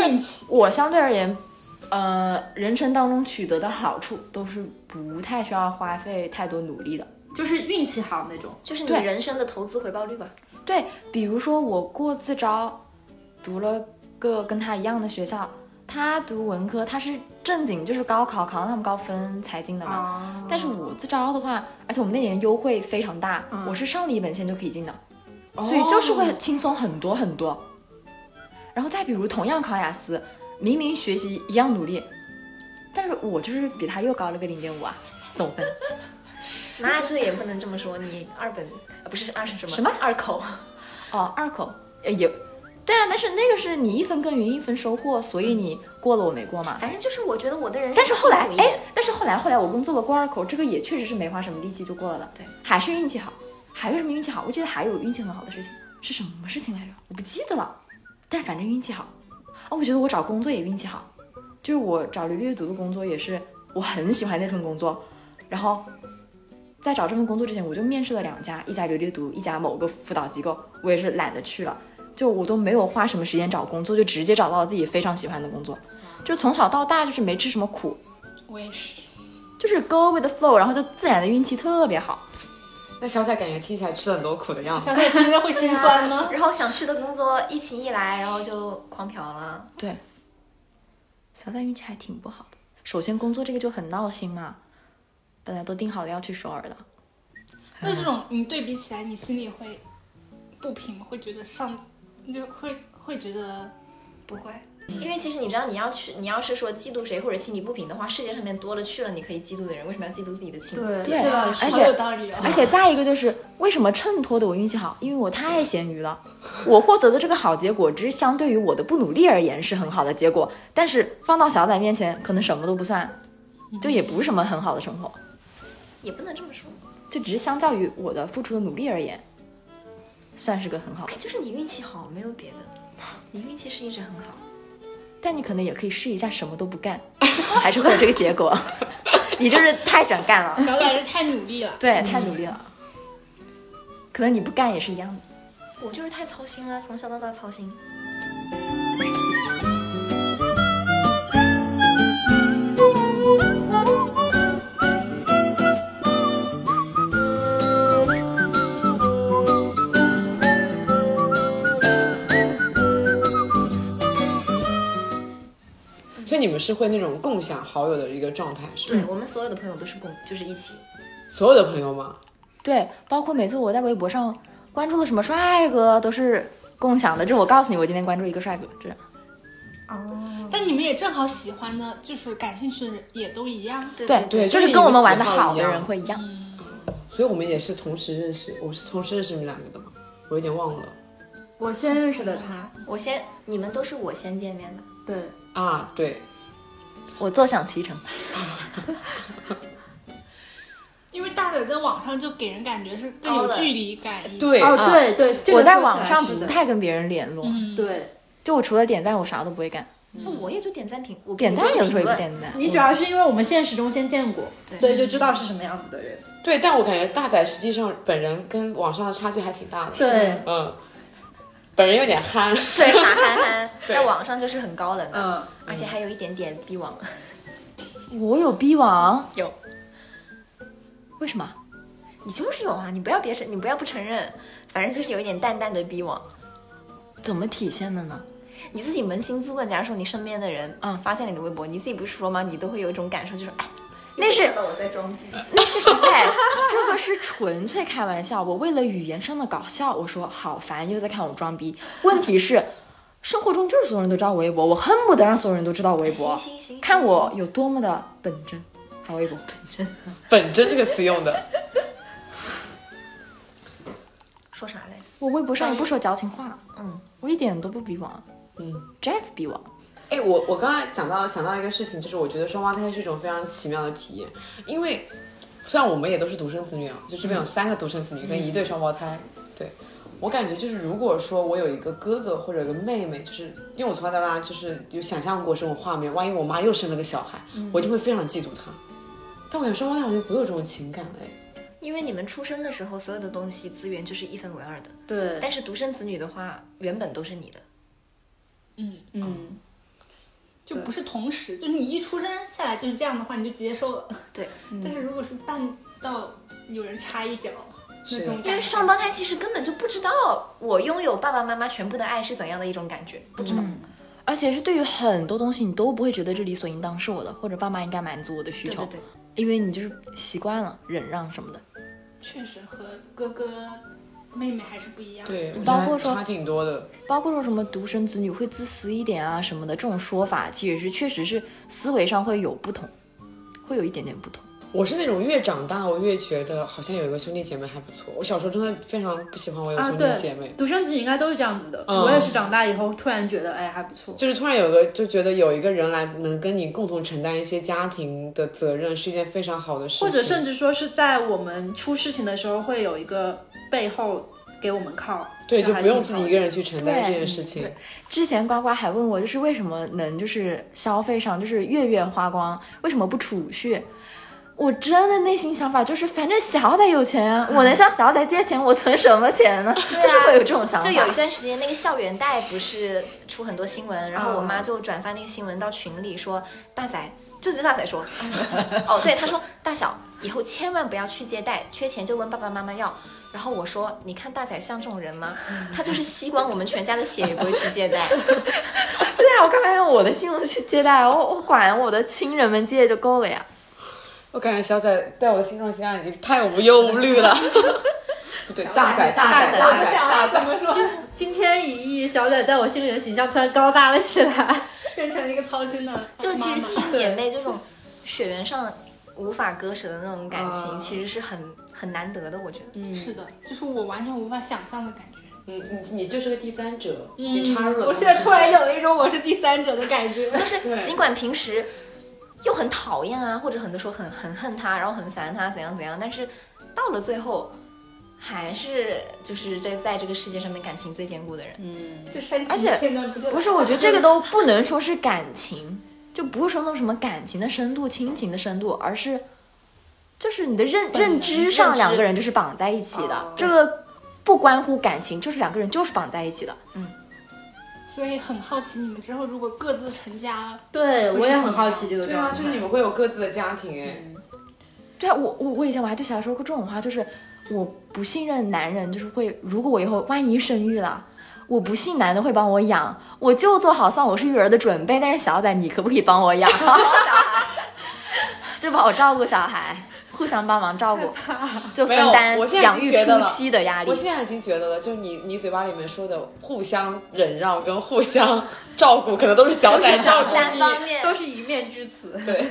[SPEAKER 3] 我相对而言，呃，人生当中取得的好处都是不太需要花费太多努力的。
[SPEAKER 2] 就是运气好那种。
[SPEAKER 5] 就是你
[SPEAKER 3] 对
[SPEAKER 5] 人生的投资回报 率吧。
[SPEAKER 3] 对，比如说我过自招，读了个跟他一样的学校，他读文科，他是正经就是高考考到那么高分才进的嘛。
[SPEAKER 2] 哦
[SPEAKER 3] 但是我自招的话，而且我们那年优惠非常大，
[SPEAKER 2] 嗯
[SPEAKER 3] 我是上了一本线就可以进的，
[SPEAKER 1] 所
[SPEAKER 3] 所以就是
[SPEAKER 1] 哦
[SPEAKER 3] 会轻松很多很多。然后再比如同样考雅思，明明学习一样努力，但是我就是比他又高了个零点五啊，总分。
[SPEAKER 5] 那这也不能这么说，你二本呃不是二是什么
[SPEAKER 3] 什么
[SPEAKER 5] 二口？
[SPEAKER 3] 哦，二口呃也，对啊，但是那个是你一分耕耘一分收获，所以你过了我没过嘛。
[SPEAKER 5] 反正就是我觉得我的人生
[SPEAKER 3] 但是后来
[SPEAKER 5] 幸，运
[SPEAKER 3] 哎，但是后来后来我工作了过二口，这个也确实是没花什么力气就过了的。
[SPEAKER 5] 对，
[SPEAKER 3] 还是运气好。还有什么运气好？我记得还有运气很好的事情是什么事情来着？我不记得了。但是反正运气好。哦，我觉得我找工作也运气好，就是我找刘阅读的工作也是我很喜欢那份工作，然后在找这份工作之前，我就面试了两家，一家刘立读，一家某个辅导机构，我也是懒得去了，就我都没有花什么时间找工作，就直接找到了自己非常喜欢的工作，就从小到大就是没吃什么苦，
[SPEAKER 4] 我也是。
[SPEAKER 3] 就是 go with the flow，然后就自然的运气特别好。
[SPEAKER 1] 那小仔感觉听起来吃了很多苦的样子。
[SPEAKER 4] 小仔 听着会心酸吗？
[SPEAKER 5] 然后想去的工作疫情一来，然后就狂嫖了。
[SPEAKER 3] 对，小三运气还挺不好的。首先工作这个就很闹心嘛，本来都定好了要去首尔的，
[SPEAKER 4] 那这种你对比起来，你心里会不平，会觉得上，你就会会觉得
[SPEAKER 5] 不会，因为其实你知道，你要去，你要是说嫉妒谁或者心里不平的话，世界上面多了去了，你可以嫉妒的人，为什么要嫉妒自己的亲人？
[SPEAKER 2] 对，啊
[SPEAKER 3] 对
[SPEAKER 2] 这倒是
[SPEAKER 3] 而
[SPEAKER 4] 好
[SPEAKER 3] 且
[SPEAKER 4] 有道理哦。
[SPEAKER 3] 而且再一个就是，为什么衬托的我运气好？因为我太咸鱼了，我获得的这个好结果，只是相对于我的不努力而言是很好的结果，但是放到小仔面前，可能什么都不算，就也不是什么很好的生活，
[SPEAKER 5] 也不能这么说，
[SPEAKER 3] 就只是相较于我的付出的努力而言，算是个很好的
[SPEAKER 5] 哎，。就是你运气好，没有别的，你运气是一直很好。
[SPEAKER 3] 但你可能也可以试一下什么都不干，还是会有这个结果。 你就是太想干了，
[SPEAKER 4] 小仔是太努 力了，
[SPEAKER 3] 对，太努力了，可能你不干也是一样的。
[SPEAKER 5] 我就是太操心了，从小到大操心。
[SPEAKER 1] 所以你们是会那种共享好友的一个状态，是
[SPEAKER 5] 对、
[SPEAKER 1] 吗？
[SPEAKER 5] 我们所有的朋友都是共，就是一起。
[SPEAKER 1] 所有的朋友吗？
[SPEAKER 3] 对，包括每次我在微博上关注了什么帅哥，都是共享的。就我告诉你，我今天关注一个帅哥，这样
[SPEAKER 2] 哦，
[SPEAKER 4] 但但你们也正好喜欢的，就是感兴趣的人也都一样。
[SPEAKER 5] 对
[SPEAKER 3] 对
[SPEAKER 1] 对
[SPEAKER 3] 就
[SPEAKER 1] 就是是
[SPEAKER 3] 跟我
[SPEAKER 1] 你们
[SPEAKER 3] 们
[SPEAKER 1] 喜
[SPEAKER 3] 玩的
[SPEAKER 1] 好
[SPEAKER 3] 好
[SPEAKER 1] 一
[SPEAKER 3] 的
[SPEAKER 1] 样
[SPEAKER 3] 人会一样。
[SPEAKER 1] 所以我们也是同时认识，我是同时认识你们两个的嘛，我有点忘了
[SPEAKER 2] 我先认识的
[SPEAKER 4] 嗯
[SPEAKER 2] 他，
[SPEAKER 5] 我先，你们都是我先见面的，
[SPEAKER 2] 对，
[SPEAKER 1] 啊，对，
[SPEAKER 3] 我坐享其成。
[SPEAKER 4] 因为大嘴在网上就给人感觉是更
[SPEAKER 5] 高
[SPEAKER 4] 有
[SPEAKER 5] 冷
[SPEAKER 4] 距离感一些。
[SPEAKER 1] 对
[SPEAKER 2] 哦，对对，这个
[SPEAKER 3] 我在
[SPEAKER 2] 说起
[SPEAKER 3] 网
[SPEAKER 2] 来
[SPEAKER 3] 上
[SPEAKER 2] 是
[SPEAKER 3] 不
[SPEAKER 2] 的
[SPEAKER 3] 太跟别人联络，
[SPEAKER 4] 嗯，
[SPEAKER 2] 对。
[SPEAKER 3] 就我除了点赞，我啥都不会干。
[SPEAKER 5] 那我也就点赞评，我
[SPEAKER 3] 点赞
[SPEAKER 5] 我
[SPEAKER 3] 有
[SPEAKER 5] 就
[SPEAKER 3] 时候也
[SPEAKER 5] 评
[SPEAKER 3] 不
[SPEAKER 5] 论。
[SPEAKER 3] 点赞。
[SPEAKER 2] 你主要是因为我们现实中先见过，所以就知道是什么样子的人。
[SPEAKER 1] 对，但我感觉大仔实际上本人跟网上的差距还挺大的，
[SPEAKER 2] 对，
[SPEAKER 1] 嗯，本人有点憨，
[SPEAKER 5] 对，傻憨憨，在网上就是很高冷的，
[SPEAKER 2] 嗯，
[SPEAKER 5] 而且还有一点点逼网。
[SPEAKER 3] 我有逼网，
[SPEAKER 5] 有，
[SPEAKER 3] 为什么？
[SPEAKER 5] 你就是有啊，你不要别承，你不要不承认，反正就是有一点淡淡的逼网。
[SPEAKER 3] 怎么体现的呢？
[SPEAKER 5] 你自己扪心自问，假如说你身边的人，嗯，发现了你的微博，你自己不是说吗？你都会有一种感受，就是哎，那是我在装逼。
[SPEAKER 3] 那是对，哎这个是纯粹开玩笑。我为了语言上的搞笑，我说好烦，又在看我装逼。问题是，生活中就是所有人都知道我微博，我恨不得让所有人都知道我微博
[SPEAKER 5] 行，行行，
[SPEAKER 3] 看我有多么的本真。发微博，
[SPEAKER 1] 本真这个词用的，
[SPEAKER 5] 说啥嘞？
[SPEAKER 3] 我微博上也不说矫情话，
[SPEAKER 5] 嗯，
[SPEAKER 3] 我一点都不比网
[SPEAKER 1] 嗯。
[SPEAKER 3] ，Jeff 比网。
[SPEAKER 1] 哎，我我刚才讲到想到一个事情，就是我觉得双胞胎是一种非常奇妙的体验，因为虽然我们也都是独生子女啊，就这边有三个独生子女跟一对双胞胎，对我感觉就是如果说我有一个哥哥或者有个妹妹，就是因为我从小到大就是有想象过这种画面，万一我妈又生了个小孩，我一定会非常嫉妒她。但我感觉双胞胎好像不会有这种情感哎，
[SPEAKER 5] 因为你们出生的时候，所有的东西资源就是一分为二的，
[SPEAKER 2] 对，
[SPEAKER 5] 但是独生子女的话，原本都是你的。
[SPEAKER 4] 嗯，
[SPEAKER 2] 嗯，
[SPEAKER 4] 就不是同时，就是你一出生下来就是这样的话，你就接受了。
[SPEAKER 5] 对，
[SPEAKER 4] 但是如果是绊到有人插一脚，那
[SPEAKER 1] 是啊
[SPEAKER 4] 种
[SPEAKER 5] 因
[SPEAKER 4] 感
[SPEAKER 5] 为
[SPEAKER 4] 觉
[SPEAKER 5] 双胞胎其实根本就不知道我拥有爸爸妈妈全部的爱是怎样的一种感觉，不知道。
[SPEAKER 3] 而且是对于很多东西，你都不会觉得这理所应当是我的，或者爸妈应该满足我的需
[SPEAKER 5] 对
[SPEAKER 3] 求，
[SPEAKER 5] 对对，
[SPEAKER 3] 因为你就是习惯了忍让什么的。
[SPEAKER 4] 确实和哥哥妹妹还是不一样。，
[SPEAKER 1] 对，我觉得
[SPEAKER 3] 包括
[SPEAKER 1] 还
[SPEAKER 3] 说
[SPEAKER 1] 差挺多的，
[SPEAKER 3] 包括说什么独生子女会自私一点啊什么的这种说法，其实是确实是思维上会有不同，会有一点点不同。
[SPEAKER 1] 我是那种越长大我越觉得好像有一个兄弟姐妹还不错，我小时候真的非常不喜欢我有
[SPEAKER 2] 啊
[SPEAKER 1] 兄弟
[SPEAKER 2] 对
[SPEAKER 1] 姐妹。
[SPEAKER 2] 独生子女应该都是这样子的。
[SPEAKER 1] 嗯
[SPEAKER 2] 我也是长大以后突然觉得，哎，还不错。
[SPEAKER 1] 就是突然有个就觉得有一个人来能跟你共同承担一些家庭的责任，是一件非常好的事情。
[SPEAKER 2] 或者甚至说是在我们出事情的时候，会有一个背后给我们靠，
[SPEAKER 1] 对，
[SPEAKER 2] 这
[SPEAKER 1] 就
[SPEAKER 2] 还
[SPEAKER 1] 不用
[SPEAKER 2] 挺
[SPEAKER 1] 自
[SPEAKER 2] 好
[SPEAKER 1] 己
[SPEAKER 2] 的
[SPEAKER 1] 一个人去承担这
[SPEAKER 3] 对
[SPEAKER 1] 件事情。
[SPEAKER 3] 之前呱呱还问我，就是为什么能就是消费上就是月月花光，为什么不储蓄？我真的内心想法就是，反正小仔有钱啊，我能向小仔借钱，我存什么钱呢？就是会有这种想法。
[SPEAKER 5] 啊就有一段时间，那个校园贷不是出很多新闻，然后我妈就转发那个新闻到群里说，大仔就对大仔说，哦，对，她说大小以后千万不要去借贷，缺钱就问爸爸妈妈要。然后我说，你看大仔像这种人吗？他就是吸光我们全家的血也不会去借贷。
[SPEAKER 3] 对啊，我干嘛用我的信用去借贷？我我管我的亲人们借就够了呀。
[SPEAKER 1] 我感觉小仔在我的心中形象已经太无忧无虑了。 不对，大仔大仔
[SPEAKER 4] 我
[SPEAKER 1] 大
[SPEAKER 4] 不
[SPEAKER 1] 仔
[SPEAKER 4] 想
[SPEAKER 1] 大
[SPEAKER 4] 了怎
[SPEAKER 1] 仔，
[SPEAKER 4] 么说，
[SPEAKER 2] 今天一役，小仔在我心里的形象突然高大了起来。
[SPEAKER 4] 变成了一个操心的
[SPEAKER 5] 就其
[SPEAKER 4] 妈
[SPEAKER 5] 实
[SPEAKER 4] 妈
[SPEAKER 5] 亲姐妹这种血缘上无法割舍的那种感情，
[SPEAKER 2] 啊
[SPEAKER 5] 其实是很很难得的，我觉得。
[SPEAKER 4] 嗯是的，就是我完全无法想象的感觉。
[SPEAKER 1] 嗯，你你就是个第三者，
[SPEAKER 4] 嗯
[SPEAKER 1] 你插入了。
[SPEAKER 4] 我现在突然有了一种我是第三者的感觉。
[SPEAKER 5] 就是
[SPEAKER 1] 对
[SPEAKER 5] 尽管平时又很讨厌啊，或者很多时候很很恨他，然后很烦他怎样怎样，但是到了最后，还是就是这在这个世界上面感情最坚固的人。
[SPEAKER 2] 嗯，
[SPEAKER 4] 就煽
[SPEAKER 3] 而
[SPEAKER 4] 情
[SPEAKER 3] 且
[SPEAKER 4] 片段不就
[SPEAKER 3] 不是，我觉得这个都不能说是感情，就不是说那种什么感情的深度、亲情的深度，而是就是你的认
[SPEAKER 4] 本能
[SPEAKER 3] 认知上
[SPEAKER 5] 认知
[SPEAKER 3] 两个人就是绑在一起的，
[SPEAKER 2] 哦
[SPEAKER 3] 这个不关乎感情，就是两个人就是绑在一起的。
[SPEAKER 4] 所以很好奇你们之后如果各自成家了，
[SPEAKER 2] 对，
[SPEAKER 4] 不
[SPEAKER 2] 我
[SPEAKER 4] 是
[SPEAKER 2] 也
[SPEAKER 4] 什
[SPEAKER 2] 很
[SPEAKER 4] 么
[SPEAKER 2] 好
[SPEAKER 4] 样
[SPEAKER 2] 奇这个
[SPEAKER 1] 对
[SPEAKER 2] 状态。
[SPEAKER 1] 啊，就是你们会有各自的家庭哎。
[SPEAKER 3] 对啊，我我我以前我还对小孩说过这种话，就是我不信任男人，就是会如果我以后万一生育了。我不信男的会帮我养，我就做好算我是育儿的准 备。但是小仔，你可不可以帮我养好好小孩？就帮我照顾小孩。互相帮忙照顾，就
[SPEAKER 1] 没
[SPEAKER 3] 分
[SPEAKER 1] 有
[SPEAKER 3] 担
[SPEAKER 1] 我现在已
[SPEAKER 3] 养
[SPEAKER 1] 经
[SPEAKER 3] 育
[SPEAKER 1] 觉得
[SPEAKER 3] 初
[SPEAKER 1] 了
[SPEAKER 3] 期的压力
[SPEAKER 1] 我。现在已经觉得了，就是你你嘴巴里面说的互相忍让跟互相照顾，可能都是小崽照 顾
[SPEAKER 5] 单方
[SPEAKER 1] 你。
[SPEAKER 5] 面
[SPEAKER 2] 都是一面之 词。
[SPEAKER 1] 对，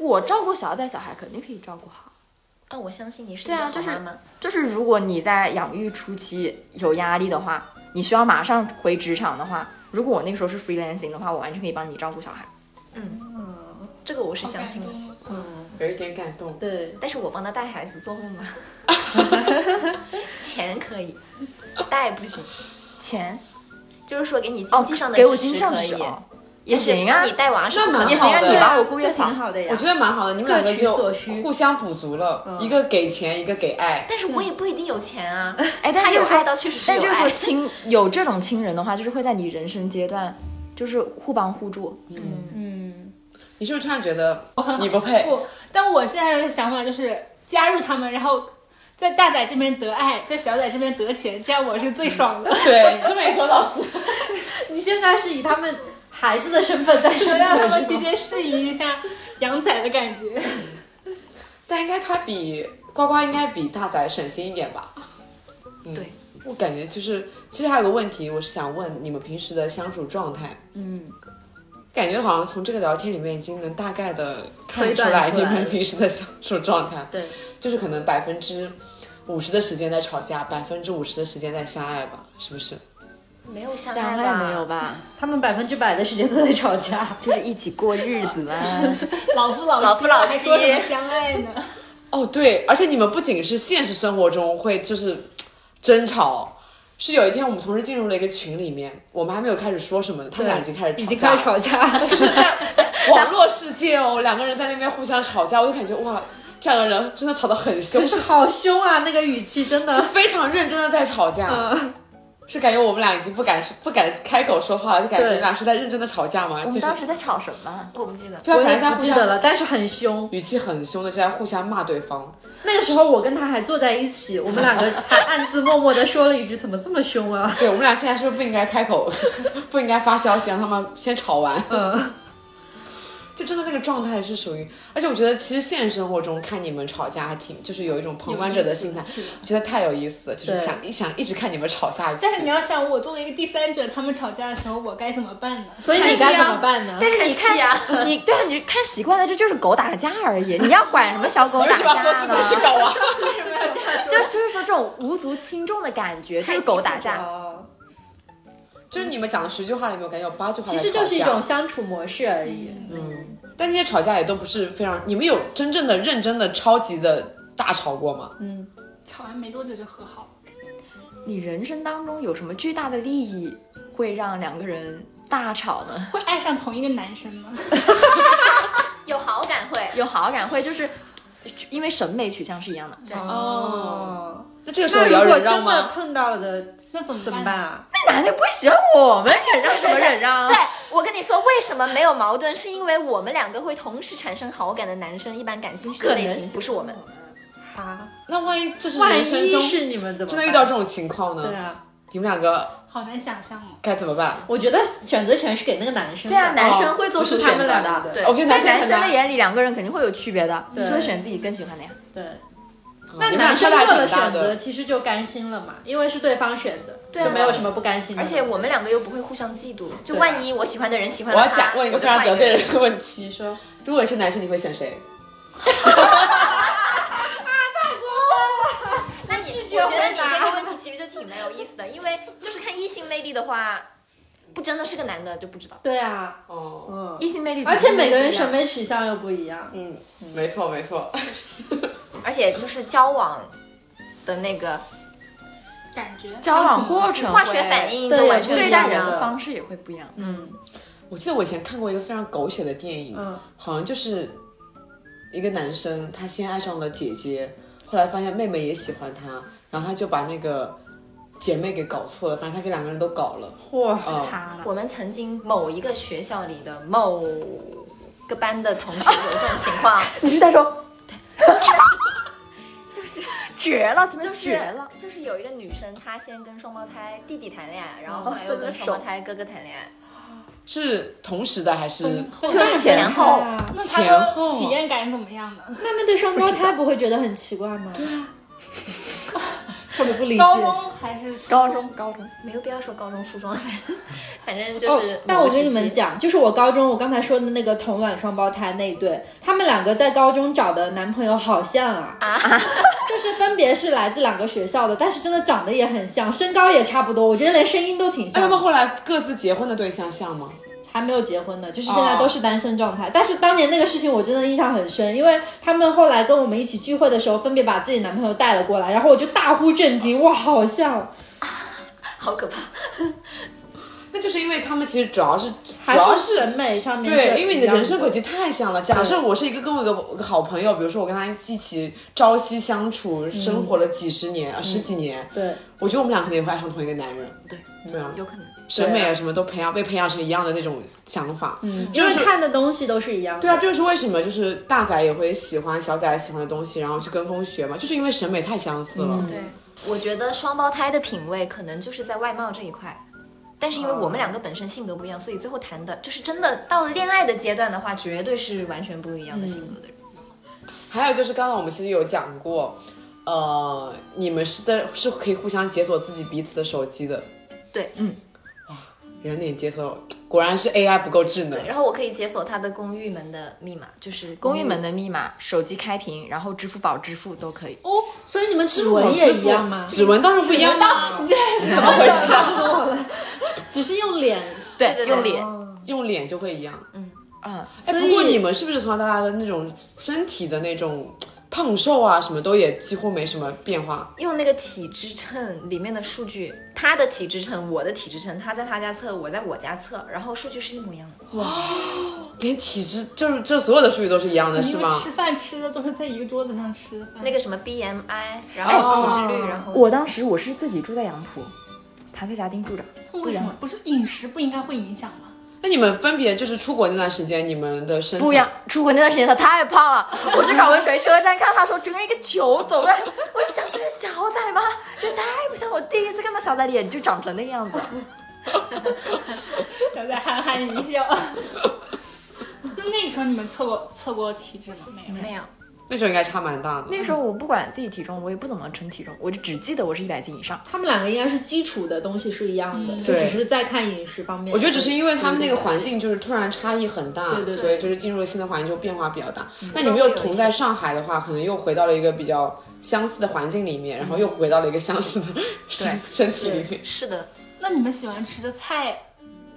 [SPEAKER 3] 我照顾小崽小孩肯定可以照顾好，
[SPEAKER 5] 啊，我相信你是
[SPEAKER 3] 对
[SPEAKER 5] 一个
[SPEAKER 3] 啊
[SPEAKER 5] 好
[SPEAKER 3] 就是
[SPEAKER 5] 妈妈。
[SPEAKER 3] 就是如果你在养育初期有压力的话，你需要马上回职场的话，如果我那个时候是 freelancing 的话，我完全可以帮你照顾小孩。
[SPEAKER 5] 这个我是相
[SPEAKER 1] 哦
[SPEAKER 5] 信的。
[SPEAKER 1] 有一点感动。
[SPEAKER 5] 对，但是我帮他带孩子 做梦吧，钱可以，带不行，
[SPEAKER 3] 钱
[SPEAKER 5] 就是说给你经
[SPEAKER 3] 哦
[SPEAKER 5] 济上，的
[SPEAKER 3] 给我
[SPEAKER 5] 支
[SPEAKER 3] 经济
[SPEAKER 5] 持
[SPEAKER 3] 上
[SPEAKER 5] 可
[SPEAKER 3] 的支
[SPEAKER 5] 以
[SPEAKER 3] 持，哦也行啊
[SPEAKER 5] 但是，你带娃是
[SPEAKER 1] 那
[SPEAKER 5] 不可
[SPEAKER 1] 蛮
[SPEAKER 5] 能
[SPEAKER 3] 也
[SPEAKER 5] 的
[SPEAKER 3] 行啊，
[SPEAKER 1] 好的
[SPEAKER 3] 你把我雇
[SPEAKER 2] 这
[SPEAKER 3] 月
[SPEAKER 2] 挺
[SPEAKER 3] 嫂。
[SPEAKER 2] 好的呀。
[SPEAKER 1] 我觉得蛮好的，你们两个
[SPEAKER 2] 各取
[SPEAKER 1] 就
[SPEAKER 2] 所需嗯
[SPEAKER 1] 互相补足了，一个给钱，一个给爱。
[SPEAKER 5] 但是我也不一定有钱啊。
[SPEAKER 3] 哎， 但
[SPEAKER 5] 他
[SPEAKER 3] 是就
[SPEAKER 5] 有
[SPEAKER 3] 是说
[SPEAKER 5] 爱，到确实是
[SPEAKER 3] 但
[SPEAKER 5] 有
[SPEAKER 3] 就是说
[SPEAKER 5] 爱。
[SPEAKER 3] 亲有这种亲人的话，就是会在你人生阶段，就是互帮互助。
[SPEAKER 2] 嗯，
[SPEAKER 1] 你是不是突然觉得你不配？
[SPEAKER 4] 不，但我现在的想法就是加入他们，然后在大仔这边得爱，在小仔这边得钱，这样我是最爽的。
[SPEAKER 1] 对，这么一说倒是。
[SPEAKER 2] 你现在是以他们孩子的身份在生
[SPEAKER 4] 能让他
[SPEAKER 2] 存，
[SPEAKER 4] 们
[SPEAKER 2] 是
[SPEAKER 4] 今
[SPEAKER 2] 吗？
[SPEAKER 4] 天适应一下养仔的感觉。
[SPEAKER 1] 但应该他比呱呱应该比大仔省心一点吧？嗯、
[SPEAKER 5] 对，
[SPEAKER 1] 我感觉就是，其实还有个问题，我是想问你们平时的相处状态，
[SPEAKER 2] 嗯，
[SPEAKER 1] 感觉好像从这个聊天里面已经能大概的看
[SPEAKER 5] 推
[SPEAKER 1] 出
[SPEAKER 5] 断
[SPEAKER 1] 来
[SPEAKER 5] 出
[SPEAKER 1] 你
[SPEAKER 5] 来
[SPEAKER 1] 们
[SPEAKER 5] 了
[SPEAKER 1] 平时的相处状态，
[SPEAKER 5] 对，
[SPEAKER 1] 就是可能百分之五十的时间在吵架，百分之五十的时间在相爱吧，是不是？
[SPEAKER 5] 没有相
[SPEAKER 3] 相
[SPEAKER 5] 爱
[SPEAKER 3] 爱
[SPEAKER 5] 吧？
[SPEAKER 3] 没有吧？
[SPEAKER 2] 他们百分之百的时间都在吵架。
[SPEAKER 3] 就是一起过日子啊啦。
[SPEAKER 4] 老夫老妻，
[SPEAKER 5] 老夫老妻
[SPEAKER 4] 还说什么相爱呢？
[SPEAKER 1] 哦，对，而且你们不仅是现实生活中会就是争吵，是有一天我们同时进入了一个群里面，我们还没有开始说什么呢，他们俩已经开始吵架了，
[SPEAKER 2] 已经开始吵架了。
[SPEAKER 1] 就是在网络世界哦，两个人在那边互相吵架，我就感觉哇，这两个人真的吵得很凶，
[SPEAKER 2] 就是是好凶啊！那个语气真
[SPEAKER 1] 是
[SPEAKER 2] 的，
[SPEAKER 1] 非常认真的在吵架，
[SPEAKER 2] 嗯
[SPEAKER 1] 是感觉我们俩已经不敢不敢开口说话了，就感觉
[SPEAKER 2] 对
[SPEAKER 1] 你们俩是在认真的吵架吗？
[SPEAKER 3] 我
[SPEAKER 1] 就
[SPEAKER 3] 们
[SPEAKER 1] 是
[SPEAKER 3] 当时在吵什么？
[SPEAKER 5] 我不记得。
[SPEAKER 1] 对啊，
[SPEAKER 2] 我
[SPEAKER 1] 反
[SPEAKER 2] 也
[SPEAKER 1] 正在
[SPEAKER 2] 不
[SPEAKER 1] 互
[SPEAKER 2] 记得
[SPEAKER 1] 相
[SPEAKER 2] 了，但是很凶。
[SPEAKER 1] 语气很凶的就在互相骂对方，
[SPEAKER 2] 那个时候我跟他还坐在一起，我们两个还暗自默默的说了一句：“怎么这么凶啊
[SPEAKER 1] 对我们俩现在是不是不应该开口， 不应该发消息让他们先吵完？”？
[SPEAKER 2] 嗯，
[SPEAKER 1] 就真的那个状态是属于，而且我觉得其实现实生活中看你们吵架还挺，就是有一种旁观者的心态，我觉得太有意思了，就是
[SPEAKER 2] 对
[SPEAKER 1] 想一想一直看你们吵下去。
[SPEAKER 4] 但是你要想，我作为一个第三者，他们吵架的时候，我该怎么办呢？
[SPEAKER 2] 所以你该怎么办呢？
[SPEAKER 3] 但是你
[SPEAKER 5] 看 戏啊
[SPEAKER 3] 看，你对啊，你看习惯了，这就是狗打架而已。你要管什么小狗
[SPEAKER 1] 你
[SPEAKER 3] 打
[SPEAKER 1] 为什么要说
[SPEAKER 3] 架呢
[SPEAKER 1] 自？己 是狗啊？
[SPEAKER 3] 就就是说这种无足轻重的感觉，就是狗打架。
[SPEAKER 2] 哦
[SPEAKER 1] 就是你们讲的十句话里面，我感觉有八句话
[SPEAKER 2] 其
[SPEAKER 1] 在
[SPEAKER 2] 实
[SPEAKER 1] 吵
[SPEAKER 2] 就是一
[SPEAKER 1] 架
[SPEAKER 2] 种相处模式而已。
[SPEAKER 1] 嗯，但那些吵架也都不是非常，你们有真正的、认真的、超级的大吵过吗？
[SPEAKER 2] 嗯，
[SPEAKER 4] 吵完没多久就和好了。
[SPEAKER 3] 你人生当中有什么巨大的利益会让两个人大吵呢？
[SPEAKER 4] 会爱上同一个男生吗？
[SPEAKER 5] 有好感会，
[SPEAKER 3] 有好感会就是因为审美取向是一样的，
[SPEAKER 5] 对，
[SPEAKER 1] 哦
[SPEAKER 2] 哦，
[SPEAKER 1] 那这个时候
[SPEAKER 2] 那
[SPEAKER 1] 也
[SPEAKER 2] 如
[SPEAKER 1] 要
[SPEAKER 2] 果
[SPEAKER 1] 忍
[SPEAKER 2] 真
[SPEAKER 1] 让
[SPEAKER 2] 的
[SPEAKER 1] 吗？嗯
[SPEAKER 2] 碰到了的，
[SPEAKER 4] 那怎么
[SPEAKER 2] 怎么办
[SPEAKER 4] 办？
[SPEAKER 2] 啊？
[SPEAKER 3] 那男的不喜欢我们忍让什么忍让？
[SPEAKER 5] 对，我跟你说，为什么没有矛盾？是因为我们两个会同时产生好感的男生，一般感兴趣的类型不是我们。
[SPEAKER 2] 啊，
[SPEAKER 1] 那万一就是
[SPEAKER 2] 万一
[SPEAKER 1] 人生中
[SPEAKER 2] 是你们怎么办
[SPEAKER 1] 真的遇到这种情况
[SPEAKER 2] 对
[SPEAKER 1] 呢？
[SPEAKER 2] 啊？
[SPEAKER 1] 你们两个
[SPEAKER 4] 好难想象哦。
[SPEAKER 1] 该怎么办？
[SPEAKER 2] 我觉得选择权是给那个男生的。
[SPEAKER 3] 对啊，男生会做
[SPEAKER 2] 不
[SPEAKER 3] 出
[SPEAKER 2] 是
[SPEAKER 3] 选
[SPEAKER 2] 他
[SPEAKER 3] 择
[SPEAKER 2] 们俩的
[SPEAKER 3] 的。。
[SPEAKER 5] 对
[SPEAKER 1] 我觉得
[SPEAKER 3] 在
[SPEAKER 1] 哦男生
[SPEAKER 3] 男
[SPEAKER 1] 很
[SPEAKER 3] 生的
[SPEAKER 1] 难。
[SPEAKER 3] 眼里，两个人肯定会有区别的，
[SPEAKER 2] 对
[SPEAKER 3] 就会选自己更喜欢的呀。
[SPEAKER 2] 对，
[SPEAKER 1] 嗯
[SPEAKER 2] 那
[SPEAKER 1] 你们俩
[SPEAKER 2] 男生
[SPEAKER 1] 差
[SPEAKER 2] 做
[SPEAKER 1] 还
[SPEAKER 2] 了
[SPEAKER 1] 挺大
[SPEAKER 2] 选择，
[SPEAKER 1] 的。
[SPEAKER 2] 其实就甘心了嘛，因为是对方选的，
[SPEAKER 5] 对啊
[SPEAKER 2] 就没有什么不甘心的
[SPEAKER 5] 而
[SPEAKER 2] 东西。
[SPEAKER 5] 且我们两个又不会互相嫉妒，就
[SPEAKER 2] 对
[SPEAKER 5] 万一我喜欢的人喜
[SPEAKER 1] 我
[SPEAKER 5] 欢
[SPEAKER 1] 要
[SPEAKER 5] 了他，
[SPEAKER 1] 讲问一个非
[SPEAKER 5] 我就
[SPEAKER 1] 常
[SPEAKER 5] 换
[SPEAKER 1] 得
[SPEAKER 5] 一
[SPEAKER 1] 罪
[SPEAKER 5] 个人。
[SPEAKER 1] 人的 问题：
[SPEAKER 2] 你说
[SPEAKER 1] 如果你是男生，你会选谁？
[SPEAKER 5] 那你我觉得你这个问题其实就挺没有意思的，因为就是看异性魅力的话，不真的是个男的就不知道。
[SPEAKER 2] 对啊，
[SPEAKER 1] 哦，
[SPEAKER 2] 嗯，
[SPEAKER 3] 异性魅力，
[SPEAKER 2] 而且每个人审美取向又不一样。
[SPEAKER 1] 嗯，没错没错。
[SPEAKER 5] 而且就是交往的那个
[SPEAKER 4] 感觉
[SPEAKER 3] 交往过程
[SPEAKER 5] 化学反应就
[SPEAKER 2] 对
[SPEAKER 5] 完全不
[SPEAKER 3] 对
[SPEAKER 5] 一
[SPEAKER 3] 待
[SPEAKER 5] 样
[SPEAKER 3] 人
[SPEAKER 5] 了
[SPEAKER 3] 的。方式也会不一样。
[SPEAKER 2] 嗯
[SPEAKER 1] 我记得我以前看过一个非常狗血的电影，
[SPEAKER 2] 嗯，
[SPEAKER 1] 好像就是一个男生，他先爱上了姐姐，后来发现妹妹也喜欢他，然后他就把那个姐妹给搞错了，反正他给两个人都搞了。
[SPEAKER 2] 嚯，
[SPEAKER 1] 哦
[SPEAKER 3] 擦了，
[SPEAKER 5] 我们曾经某一个学校里的某个班的同学有这种情况，
[SPEAKER 3] 你是在说
[SPEAKER 5] 就是
[SPEAKER 3] 绝了，真的
[SPEAKER 5] 就是
[SPEAKER 3] 绝了，
[SPEAKER 5] 就是有一个女生，她先跟双胞胎弟弟谈恋爱，然后后来又跟双胞胎哥哥谈恋爱，
[SPEAKER 1] 是同时的还是
[SPEAKER 3] 就是前后
[SPEAKER 4] 那他
[SPEAKER 1] 前
[SPEAKER 4] 们
[SPEAKER 1] 后
[SPEAKER 4] 体验感怎么样呢？
[SPEAKER 2] 那那对啊双胞胎不会觉得很奇怪吗？对 啊，我不理解。
[SPEAKER 4] 高中还是
[SPEAKER 3] 高中高中
[SPEAKER 5] 没有必要说高中附中了，反正就是、
[SPEAKER 2] 哦。但我跟你们，讲，就是我高中我刚才说的那个同卵双胞胎那一对，他们两个在高中找的男朋友好像啊，就是分别是来自两个学校的，但是真的长得也很像，身高也差不多，我觉得连声音都挺
[SPEAKER 1] 那
[SPEAKER 2] 像。
[SPEAKER 1] 哎他们后来各自结婚的对象像吗？
[SPEAKER 2] 还没有结婚呢，就是现在
[SPEAKER 1] 哦
[SPEAKER 2] 都是单身状态。但是当年那个事情我真的印象很深，因为他们后来跟我们一起聚会的时候，分别把自己男朋友带了过来，然后我就大呼震惊，哇，好像！
[SPEAKER 5] 好可怕。
[SPEAKER 1] 那就是因为他们其实主要是主
[SPEAKER 2] 还
[SPEAKER 1] 要
[SPEAKER 2] 审美上面
[SPEAKER 1] 对，因为你的人生轨
[SPEAKER 2] 轨
[SPEAKER 1] 迹太像了。假设我是一个跟我一个一个好朋友，比如说我跟他一起朝夕相处，生活了几十年、啊十几年，
[SPEAKER 2] 对，
[SPEAKER 1] 我觉得我们俩肯定会爱上同一个男人。对，对啊，
[SPEAKER 5] 有可能。
[SPEAKER 1] 审美啊什么都培养，被培养成一样的那种想法。嗯，
[SPEAKER 2] 因
[SPEAKER 1] 就
[SPEAKER 2] 为
[SPEAKER 1] 是
[SPEAKER 2] 看的东西都是一样的。
[SPEAKER 1] 对啊，这就是为什么就是大仔也会喜欢小仔喜欢的东西，然后去跟风学嘛，就是因为审美太相似了。
[SPEAKER 5] 对，我觉得双胞胎的品味可能就是在外貌这一块，但是因为我们两个本身性格不一样，所以最后谈的就是真的到了恋爱的阶段的话，绝对是完全不一样的性格的人。
[SPEAKER 1] 还有就是刚刚我们其实有讲过，呃，你们是在是可以互相解锁自己彼此的手机的。
[SPEAKER 5] 对，
[SPEAKER 1] 嗯，哇，人脸解锁果然是 AI 不够智能
[SPEAKER 5] 对，。然后我可以解锁他的公寓门的密码，就是
[SPEAKER 3] 公寓门
[SPEAKER 5] 哦
[SPEAKER 3] 的密码、手机开屏，然后支付宝支付都可以。
[SPEAKER 2] 哦，所以你们指纹也一样吗？
[SPEAKER 1] 指纹当然不一样啦，怎么回事啊？
[SPEAKER 2] 只是用脸。
[SPEAKER 3] 对，
[SPEAKER 5] 对对
[SPEAKER 3] 用脸。
[SPEAKER 1] 用脸就会一样。
[SPEAKER 3] 嗯，
[SPEAKER 2] 啊
[SPEAKER 1] 哎，不过你们是不是从小到大的那种身体的那种胖瘦啊，什么都也几乎没什么变化？
[SPEAKER 5] 用那个体脂秤里面的数据，他的体脂秤，我的体脂秤，他在他家测，我在我家测，然后数据是一模一样的。
[SPEAKER 1] 连体质就是这所有的数据都是一样的，是
[SPEAKER 4] 因为
[SPEAKER 1] 吗？
[SPEAKER 4] 吃饭吃的都是在一个桌子上吃的饭。
[SPEAKER 5] 那个什么 BMI，然后体脂率，然后
[SPEAKER 3] 我当时我是自己住在杨浦，他在嘉定住着。
[SPEAKER 4] 为什么不是饮食不应该会影响 吗？
[SPEAKER 1] 那你们分别就是出国那段时间，你们的身材
[SPEAKER 3] 不一样，出国那段时间他太胖了，我去考文水车站看他的时候，整个人一个球走过来，我想这是小仔吗？这太不像，我第一次看到小仔脸就长成那个样子。
[SPEAKER 4] 小在憨憨一笑。 那那个时候你们测过测过体脂吗？没有。
[SPEAKER 5] 没有，
[SPEAKER 1] 那时候应该差蛮大的。
[SPEAKER 3] 那个时候我不管自己体重，我也不怎么称体重，我就只记得我是一百斤以上。
[SPEAKER 2] 他们两个应该是基础的东西是一样的，就
[SPEAKER 1] 对
[SPEAKER 2] 只是在看饮食方面。
[SPEAKER 1] 我觉得只是因为他们那个环境就是突然差异很大，
[SPEAKER 2] 对嗯对
[SPEAKER 1] 所以就是进入了新的环境就变化比较大。那你们又同在上海的话，可能又回到了一个比较相似的环境里面，然后又
[SPEAKER 2] 嗯
[SPEAKER 1] 回到了一个相似的身身体里面。
[SPEAKER 5] 是的，
[SPEAKER 4] 那你们喜欢吃的菜、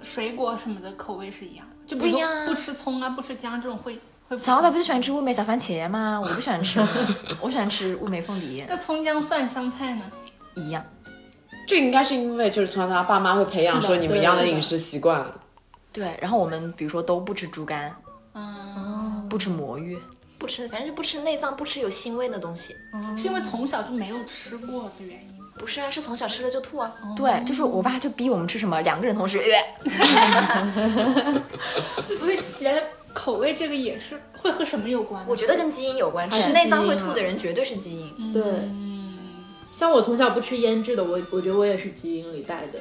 [SPEAKER 4] 水果什么的口味是一样的？就比如
[SPEAKER 3] 不一样
[SPEAKER 4] 说
[SPEAKER 3] 啊
[SPEAKER 4] 不吃葱啊，不吃姜这种会会不
[SPEAKER 3] 小仔不是喜欢吃乌梅小番茄吗？我不喜欢吃， 我喜欢吃乌梅凤梨，
[SPEAKER 4] 那葱姜蒜香菜呢？
[SPEAKER 3] 一样。
[SPEAKER 1] 这应该是因为就是从小到大爸妈会培养
[SPEAKER 2] 是的
[SPEAKER 1] 说你们一样的
[SPEAKER 2] 对是的
[SPEAKER 1] 饮食习惯。
[SPEAKER 3] 对，然后我们比如说都不吃猪肝，
[SPEAKER 4] 嗯，
[SPEAKER 3] 不吃魔芋，
[SPEAKER 5] 不吃，反正就不吃内脏，不吃有腥味的东西。
[SPEAKER 4] 是因为从小就没有吃过的原因吗。
[SPEAKER 5] 不是啊，是从小吃了就吐啊。
[SPEAKER 3] 对，就是我爸就逼我们吃什么，两个人同时，呃
[SPEAKER 4] 所以原来口味这个也是会和什么有关呢？
[SPEAKER 5] 我觉得跟基因有关，吃内脏会吐的人绝对是基因。
[SPEAKER 4] 嗯
[SPEAKER 2] 对，像我从小不吃腌制的，我我觉得我也是基因里带的。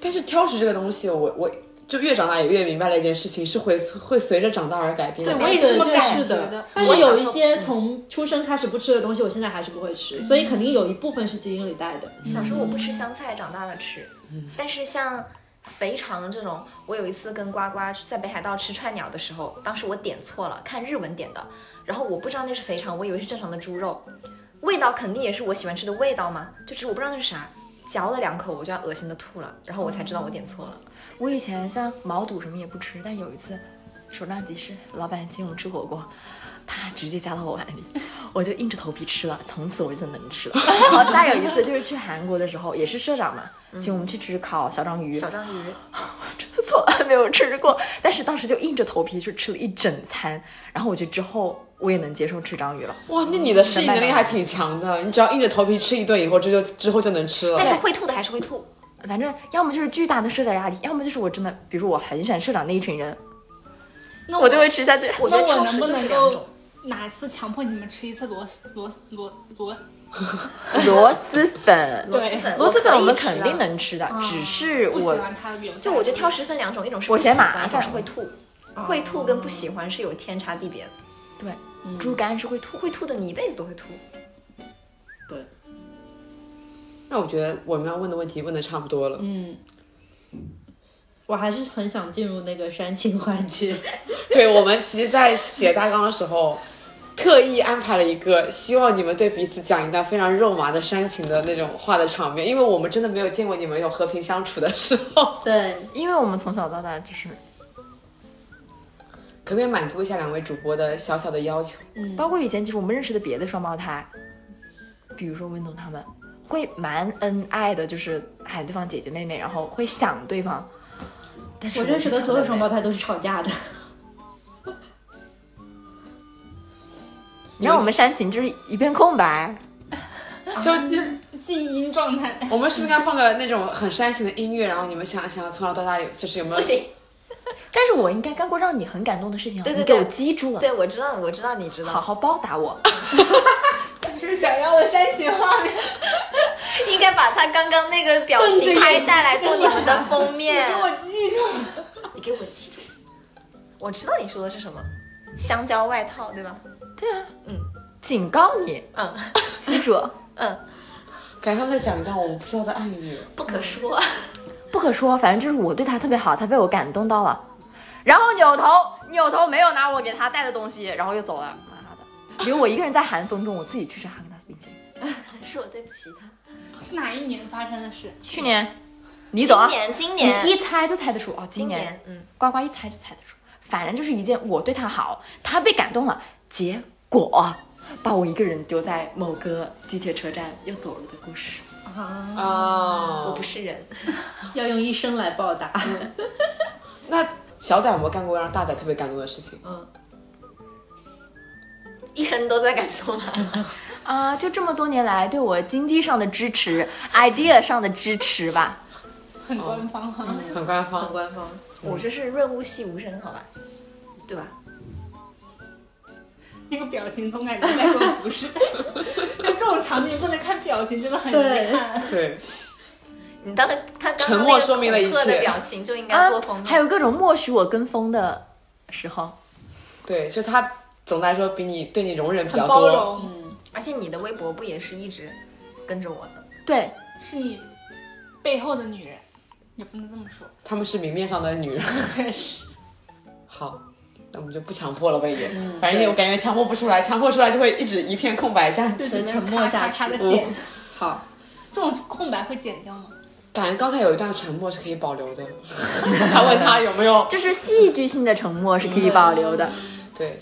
[SPEAKER 1] 但是挑食这个东西，我我就越长大也越明白了一件事情，是会会随着长大而改变的。
[SPEAKER 4] 对我也是这么感觉的
[SPEAKER 2] 的
[SPEAKER 4] 我。
[SPEAKER 2] 但是有一
[SPEAKER 4] 小时候
[SPEAKER 2] 些从出生开始不吃的东西，我现在还是不会吃，所以肯定有一部分是基因里带的。
[SPEAKER 5] 小时候我不吃香菜，长大了吃。但是像肥肠这种，我有一次跟呱呱去在北海道吃串鸟的时候，当时我点错了，看日文点的，然后我不知道那是肥肠，我以为是正常的猪肉，味道肯定也是我喜欢吃的味道嘛，就只是我不知道那是啥。嚼了两口我就要恶心的吐了，然后我才知道我点错了。
[SPEAKER 3] 我以前像毛肚什么也不吃，但有一次手账集市老板请我们吃火锅，他直接夹到我碗里，我就硬着头皮吃了，从此我就能吃了。 然后再有一次就是去韩国的时候，也是社长嘛，请我们去吃烤小章鱼，
[SPEAKER 5] 嗯小章鱼，
[SPEAKER 3] 真从来 没有吃过，但是当时就硬着头皮就吃了一整餐，然后我觉得之后我也能接受吃章鱼了。
[SPEAKER 1] 哇，那你的适应能力还挺强的，你只要硬着头皮吃一顿以后，这就之后就能吃了。
[SPEAKER 5] 但是会吐的还是会吐。
[SPEAKER 3] 反正要么就是巨大的社交压力，要么就是我真的，比如说我很喜欢社长那一群人，
[SPEAKER 4] 那
[SPEAKER 3] 我就会吃下去。
[SPEAKER 5] 我觉
[SPEAKER 4] 那
[SPEAKER 5] 得
[SPEAKER 4] 我
[SPEAKER 5] 挑食
[SPEAKER 4] 能
[SPEAKER 5] 就
[SPEAKER 4] 不
[SPEAKER 5] 是
[SPEAKER 4] 能
[SPEAKER 5] 两种
[SPEAKER 4] 够，哪次强迫你们吃一次螺丝螺丝螺螺？
[SPEAKER 3] 螺蛳粉，
[SPEAKER 5] 螺蛳粉，
[SPEAKER 3] 螺蛳粉我们
[SPEAKER 5] 可以吃
[SPEAKER 3] 肯
[SPEAKER 5] 啊
[SPEAKER 3] 定。能吃嗯的，只是
[SPEAKER 4] 不喜
[SPEAKER 3] 我
[SPEAKER 4] 欢它留下。
[SPEAKER 5] 就我觉得挑食分两种，一种是
[SPEAKER 3] 我
[SPEAKER 5] 不
[SPEAKER 3] 嫌
[SPEAKER 5] 喜欢
[SPEAKER 3] 麻
[SPEAKER 5] 一种
[SPEAKER 3] 烦
[SPEAKER 5] 是会吐，会吐跟不喜欢是有天差地别的。
[SPEAKER 3] 对猪肝是会吐，
[SPEAKER 5] 会吐的你一辈子都会吐。
[SPEAKER 1] 那我觉得我们要问的问题问的差不多了。
[SPEAKER 2] 嗯，我还是很想进入那个煽情环节。
[SPEAKER 1] 对，我们其实，在写大纲的时候，特意安排了一个，希望你们对彼此讲一段非常肉麻的煽情的那种话的场面，因为我们真的没有见过你们有和平相处的时候。
[SPEAKER 2] 对，
[SPEAKER 3] 因为我们从小到大就是，
[SPEAKER 1] 可不可以满足一下两位主播的小小的要求？
[SPEAKER 3] 包括以前其实我们认识的别的双胞胎，比如说温总他们，会蛮恩爱的，就是喊对方姐姐妹妹，然后会想对方。但是
[SPEAKER 2] 我认识的
[SPEAKER 3] 是
[SPEAKER 2] 所有
[SPEAKER 3] 想
[SPEAKER 2] 双
[SPEAKER 3] 妹妹
[SPEAKER 2] 胞，胎都是吵架的。
[SPEAKER 3] 你让我们煽情就是一片空白。
[SPEAKER 1] 就
[SPEAKER 4] 静音状态。
[SPEAKER 1] 我们是不是应该放个那种很煽情的音乐，然后你们想一想，从小到大有就是有没有？
[SPEAKER 5] 不行，
[SPEAKER 3] 但是我应该干过让你很感动的事情啊，
[SPEAKER 5] 对对
[SPEAKER 3] 你给
[SPEAKER 5] 对
[SPEAKER 3] 我记住了，
[SPEAKER 5] 对我知道，我知道，你知道。
[SPEAKER 3] 好好报答我。
[SPEAKER 5] 是想要的煽情画面， 应该把他刚刚那个表情拍下来做你们的封面。
[SPEAKER 4] 给我记住，
[SPEAKER 5] 你给我记住，我知道你说的是什么，香蕉外套对吧？
[SPEAKER 3] 对啊，
[SPEAKER 5] 嗯
[SPEAKER 3] 警告你，
[SPEAKER 5] 嗯
[SPEAKER 3] 记住，
[SPEAKER 5] 嗯，
[SPEAKER 1] 感觉他们在讲一段我们不知道的暗语。
[SPEAKER 5] 不可说。
[SPEAKER 3] 不可说，反正就是我对他特别好，他被我感动到了，然后扭头扭头没有拿我给他带的东西，然后又走了，妈的，留我一个人在寒风中，我自己去吃哈根达斯冰淇淋。
[SPEAKER 5] 是我对不起他。
[SPEAKER 4] 是哪一年发生的事？
[SPEAKER 3] 去年，你走啊，
[SPEAKER 5] 今年，今
[SPEAKER 3] 你一
[SPEAKER 5] 年，
[SPEAKER 3] 猜就猜得出哦，今
[SPEAKER 5] 今
[SPEAKER 3] 年
[SPEAKER 5] 年，嗯，
[SPEAKER 3] 呱呱一猜就猜得出，反正就是一件我对他好，他被感动了，结果把我一个人丢在某个地铁车站又走了的故事。
[SPEAKER 1] 啊，
[SPEAKER 5] 哦我不是人，
[SPEAKER 2] 要用一生来报答。
[SPEAKER 1] 那小仔有没有干过让大仔特别感动的事情？
[SPEAKER 5] 一生都在感动他。
[SPEAKER 3] 啊、就这么多年来对我经济上的支持，idea 上的支持吧。
[SPEAKER 4] 很官方啊哈。
[SPEAKER 1] 很官
[SPEAKER 2] 很
[SPEAKER 1] 方，
[SPEAKER 2] 官方，
[SPEAKER 5] 我这是润物细无声，好吧？对吧？
[SPEAKER 4] 那个表情总感觉在说不是，就这种场景不能看表情，真的很遗憾。
[SPEAKER 1] 对，
[SPEAKER 5] 你当时他刚刚
[SPEAKER 1] 沉
[SPEAKER 5] 那
[SPEAKER 1] 默
[SPEAKER 5] 个
[SPEAKER 1] 说明了一
[SPEAKER 5] 恐吓的
[SPEAKER 1] 切
[SPEAKER 5] 表情就应该
[SPEAKER 3] 啊
[SPEAKER 5] 做封，面。
[SPEAKER 3] 还有各种默许我跟风的时候，
[SPEAKER 1] 对，就他总的来说比你对你容忍比
[SPEAKER 4] 很
[SPEAKER 1] 较
[SPEAKER 4] 包
[SPEAKER 1] 多，
[SPEAKER 4] 容，
[SPEAKER 5] 而且你的微博不也是一直跟着我的？
[SPEAKER 3] 对，
[SPEAKER 4] 是你背后的女人，也不能这么说。
[SPEAKER 1] 他们是明面上的女 人。好，那我们就不强迫了呗也，
[SPEAKER 4] 嗯
[SPEAKER 1] 反正
[SPEAKER 2] 对
[SPEAKER 1] 我感觉强迫不出来，强迫出来就会一直一片空白下去。
[SPEAKER 2] 是沉默下去嗯
[SPEAKER 4] 咔咔咔。地 剪，
[SPEAKER 2] 好，
[SPEAKER 4] 这种空白会剪掉吗？
[SPEAKER 1] 感觉刚才有一段沉默是可以保留 的，他问他有没有
[SPEAKER 3] 就是戏剧性的沉默是可以保留的。
[SPEAKER 1] 对。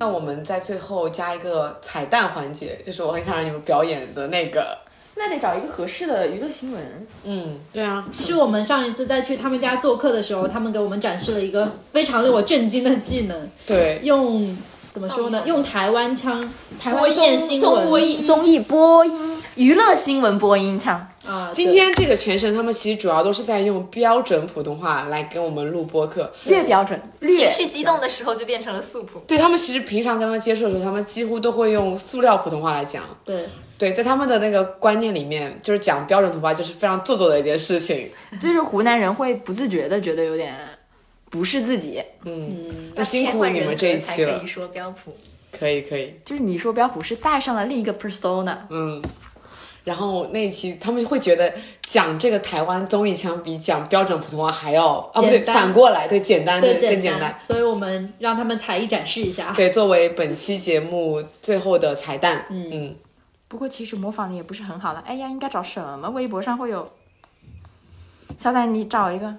[SPEAKER 1] 那我们在最后加一个彩蛋环节，就是我很想让你们表演的那个，
[SPEAKER 3] 那得找一个合适的娱乐新闻。
[SPEAKER 1] 嗯，对啊，
[SPEAKER 2] 是我们上一次在去他们家做客的时候，他们给我们展示了一个非常令我震惊的技能，
[SPEAKER 1] 对，
[SPEAKER 2] 用怎么说呢？用台湾腔，台
[SPEAKER 3] 播
[SPEAKER 2] 湾念新闻
[SPEAKER 3] 艺综艺播音娱乐新闻播音腔，
[SPEAKER 2] 啊。对
[SPEAKER 1] 今天这个全程他们其实主要都是在用标准普通话来跟我们录播客，
[SPEAKER 3] 略标准，
[SPEAKER 5] 情
[SPEAKER 3] 略
[SPEAKER 5] 绪激动的时候就变成了素朴。
[SPEAKER 1] 对他们其实平常跟他们接触的时候，他们几乎都会用塑料普通话来讲，
[SPEAKER 2] 对，
[SPEAKER 1] 对，在他们的那个观念里面，就是讲标准普通话就是非常做作的一件事情。
[SPEAKER 3] 就是湖南人会不自觉的觉得有点不是自己，
[SPEAKER 1] 嗯，那辛苦你们这一期
[SPEAKER 5] 才
[SPEAKER 1] 了
[SPEAKER 5] 可以，说标普。
[SPEAKER 1] 可以可以，
[SPEAKER 3] 就是你说标普是带上了另一个 persona，
[SPEAKER 1] 嗯。然后那一期他们会觉得讲这个台湾综艺腔比讲标准普通话还要啊，不对，
[SPEAKER 2] 简单
[SPEAKER 1] 反过来对，简单对
[SPEAKER 2] 对，
[SPEAKER 1] 更简
[SPEAKER 2] 简
[SPEAKER 1] 单。
[SPEAKER 2] 所以我们让他们才艺展示一下。
[SPEAKER 1] 对，作为本期节目最后的彩蛋，嗯
[SPEAKER 3] 不过其实模仿的也不是很好了。哎呀，应该找什么微博上会有？小冉，你找一个。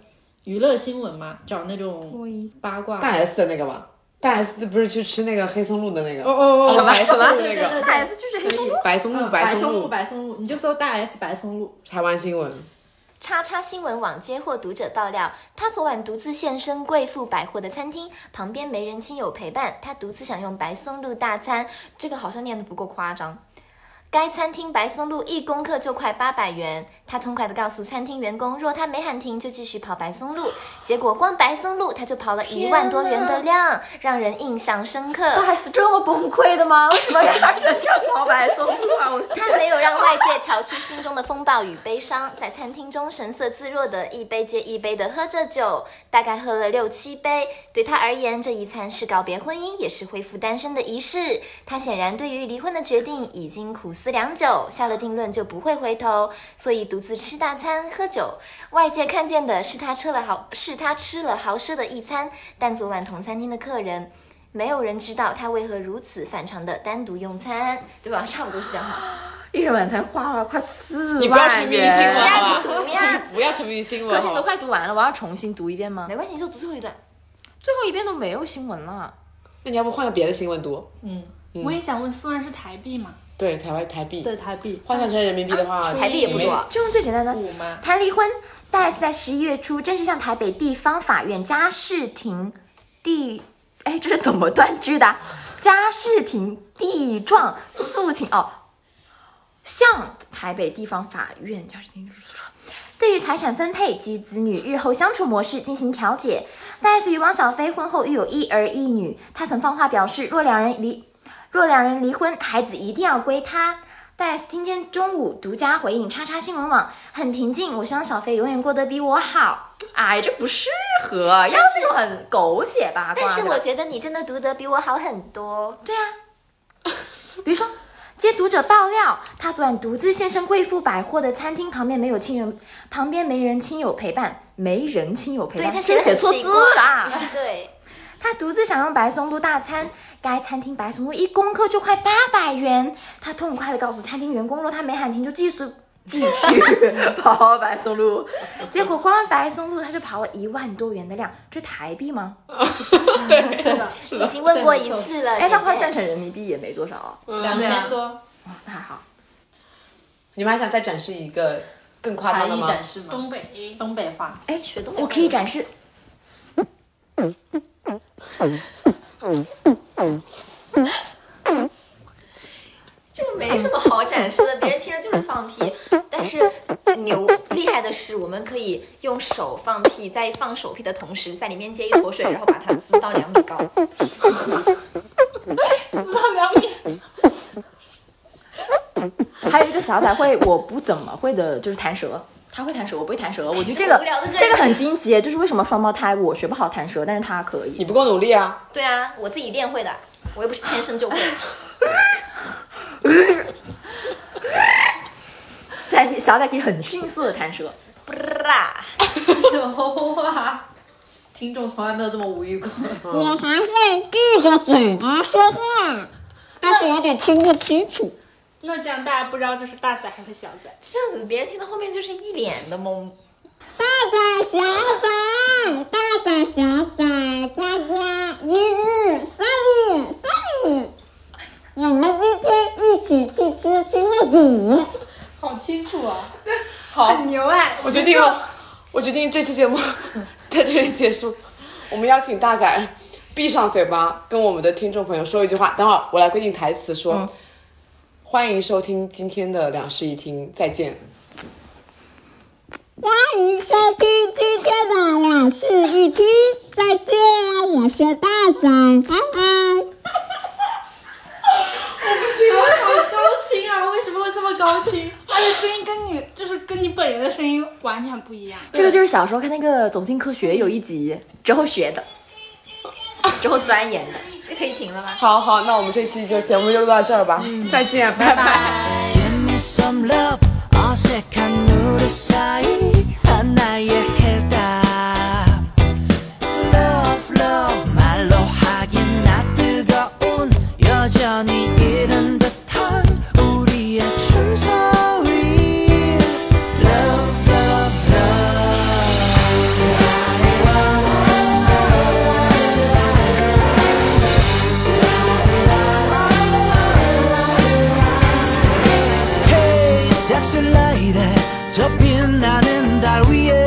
[SPEAKER 2] 娱乐新闻嘛，找那种八卦。
[SPEAKER 1] 大 S 的那个吧，大 S 不是去吃那个黑松露的那个，
[SPEAKER 2] 哦哦哦，
[SPEAKER 1] 什么白松露
[SPEAKER 2] 对
[SPEAKER 1] 那
[SPEAKER 2] 对对
[SPEAKER 1] 个，
[SPEAKER 2] 对对
[SPEAKER 3] 就是
[SPEAKER 2] 可以。
[SPEAKER 1] 白松露
[SPEAKER 2] 嗯白
[SPEAKER 1] 松
[SPEAKER 2] 露，白松露，你就搜大 S 白松露。
[SPEAKER 1] 台湾新闻，
[SPEAKER 5] 叉叉新闻网接获读者爆料，他昨晚独自现身贵妇百货的餐厅，旁边没人亲友陪伴，他独自享用白松露大餐。这个好像念的不够夸张。
[SPEAKER 6] 该餐厅白松路一公克就快八百元。他痛快地告诉餐厅员工，若他没喊停，就继续跑白松路。结果光白松路他就跑了一万多元的量，让人印象深刻。
[SPEAKER 3] 还是这么崩溃的 吗？为什么让人这么跑白松路啊？我
[SPEAKER 6] 他没有让外界瞧出心中的风暴与悲伤，在餐厅中神色自若的一杯接一杯的喝着酒，大概喝了六七杯。对他而言，这一餐是告别婚姻，也是恢复单身的仪式。他显然对于离婚的决定已经苦思良久，下了定论就不会回头，所以独自吃大餐喝酒。外界看见的是他吃了豪，是他吃了豪奢的一餐，但昨晚同餐厅的客人。没有人知道他为何如此反常的单独用餐，对吧？差不多是这样哈。
[SPEAKER 3] 一人晚餐花了快四万元。
[SPEAKER 1] 你不要沉迷于新闻好 吧？
[SPEAKER 6] 不要你不要
[SPEAKER 1] 就是不要沉迷于新
[SPEAKER 3] 可
[SPEAKER 1] 闻
[SPEAKER 3] 是你
[SPEAKER 1] 好
[SPEAKER 3] 都
[SPEAKER 1] 吧。
[SPEAKER 3] 快读完了，我要重新读一遍吗？
[SPEAKER 6] 啊没关系，你就读最后一段。
[SPEAKER 3] 最后一遍都没有新闻了。
[SPEAKER 1] 那你要不换个别的新闻读？
[SPEAKER 2] 嗯
[SPEAKER 4] 我也想问，四万是台币吗？
[SPEAKER 1] 对，台湾台币
[SPEAKER 2] 对台币，
[SPEAKER 1] 换算成人民币的话，
[SPEAKER 6] 台币也不
[SPEAKER 1] 没
[SPEAKER 6] 多。
[SPEAKER 3] 就用最简单的，
[SPEAKER 5] 五吗？
[SPEAKER 6] 谈离婚，大 S 在十一月初正式向台北地方法院家事庭地，
[SPEAKER 3] 哎，这是怎么断句的啊？家事庭地状诉请哦，向台北地方法院家事庭
[SPEAKER 6] 对于财产分配及子女日后相处模式进行调解。大 S 与汪小菲婚后育有一儿一女，她曾放话表示，若两人离，若两人离婚，孩子一定要归她。大 S 今天中午独家回应叉叉新闻网，很平静，我希望小菲永远过得比我好。
[SPEAKER 3] 哎，这不适合，要是那种很狗血八卦的。
[SPEAKER 6] 但是我觉得你真的读得比我好很多。
[SPEAKER 3] 对啊，
[SPEAKER 6] 比如说，接读者爆料，他昨晚独自现身贵妇百货的餐厅旁边没有亲人，
[SPEAKER 3] 旁边没人亲友陪伴，没人亲友陪伴，
[SPEAKER 6] 对
[SPEAKER 3] 这
[SPEAKER 6] 他写
[SPEAKER 3] 个
[SPEAKER 6] 得
[SPEAKER 3] 写
[SPEAKER 6] 很
[SPEAKER 3] 错
[SPEAKER 6] 奇
[SPEAKER 3] 字
[SPEAKER 6] 怪
[SPEAKER 3] 啦。
[SPEAKER 5] 对，
[SPEAKER 6] 他独自享用白松露大餐。该餐厅白松露一公克就快八百元，他痛快地告诉餐厅员工，若他没喊停就继续
[SPEAKER 3] 继续跑白松路，
[SPEAKER 6] 结果光白松露他就跑了一万多元的量，这台币吗？对，是的，已经问过一次了。
[SPEAKER 3] 哎，它
[SPEAKER 6] 姐姐
[SPEAKER 3] 换算成人民币也没多少啊，
[SPEAKER 4] 嗯
[SPEAKER 5] 两千多
[SPEAKER 3] 那还好。
[SPEAKER 1] 你们还想再展示一个更夸
[SPEAKER 5] 才
[SPEAKER 1] 张的
[SPEAKER 5] 艺
[SPEAKER 1] 吗？
[SPEAKER 5] 展示吗？
[SPEAKER 4] 东北
[SPEAKER 5] 东北话，
[SPEAKER 6] 哎，
[SPEAKER 5] 学东北
[SPEAKER 6] 我可以展示。
[SPEAKER 5] 这个没什么好展示的，别人听着就是放屁。但是牛厉害的是，我们可以用手放屁，在放手屁的同时，在里面接一口水，然后把它滋到两米高。
[SPEAKER 3] 还有一个小仔会我不怎么会的，就是弹舌。他会弹舌，我不会弹舌。我觉得哎这
[SPEAKER 5] 这个
[SPEAKER 3] 个
[SPEAKER 5] 无聊的个人
[SPEAKER 3] 这个很惊奇，就是为什么双胞胎我学不好弹舌，但是他可以
[SPEAKER 1] 你。不够努力啊！
[SPEAKER 5] 对啊，我自己练会的，我又不是天生就会。
[SPEAKER 3] 虽然小仔可以很迅速的弹舌，
[SPEAKER 5] 不啦，
[SPEAKER 2] 哇！听众从来没有这么无语过。
[SPEAKER 1] 嗯
[SPEAKER 7] 我还会闭着嘴巴说话，但是有点听不清楚。
[SPEAKER 4] 那这样大家不知道这是大仔还是小仔。
[SPEAKER 5] 这样子别人听到后面就是一脸的懵。
[SPEAKER 7] 大仔小仔，大仔小仔，大家一日三日三日，我们今天一起去吃吃月饼。
[SPEAKER 1] 好，
[SPEAKER 4] 牛哎！
[SPEAKER 1] 我决定了， 我决定这期节目 在这里结束。我们邀请大仔闭上嘴巴，跟我们的听众朋友说一句话。等会儿我来规定台词说：“欢迎收听今天的两室一厅，再见。
[SPEAKER 7] 欢迎收听今天的两室一厅，再见，我是大仔，拜拜。
[SPEAKER 4] 高清啊！为什么会这么高清？而且声音跟你就是跟你本人的声音完全不一样。
[SPEAKER 3] 这个就是小时候看那个《走进科学》有一集之后学的。
[SPEAKER 5] 之后钻研的，这可以停了吗？”
[SPEAKER 1] 好好，那我们这期就节目就录到这儿吧，再见，拜拜
[SPEAKER 8] Give me some love 어색한 우리 사이 하나의 해답 Love love 말로 하긴 나 뜨거운 여전히 이른 듯한 우리의 춤소리 Love love love Hey, sexy lady 저 빛나는 달 위에 어,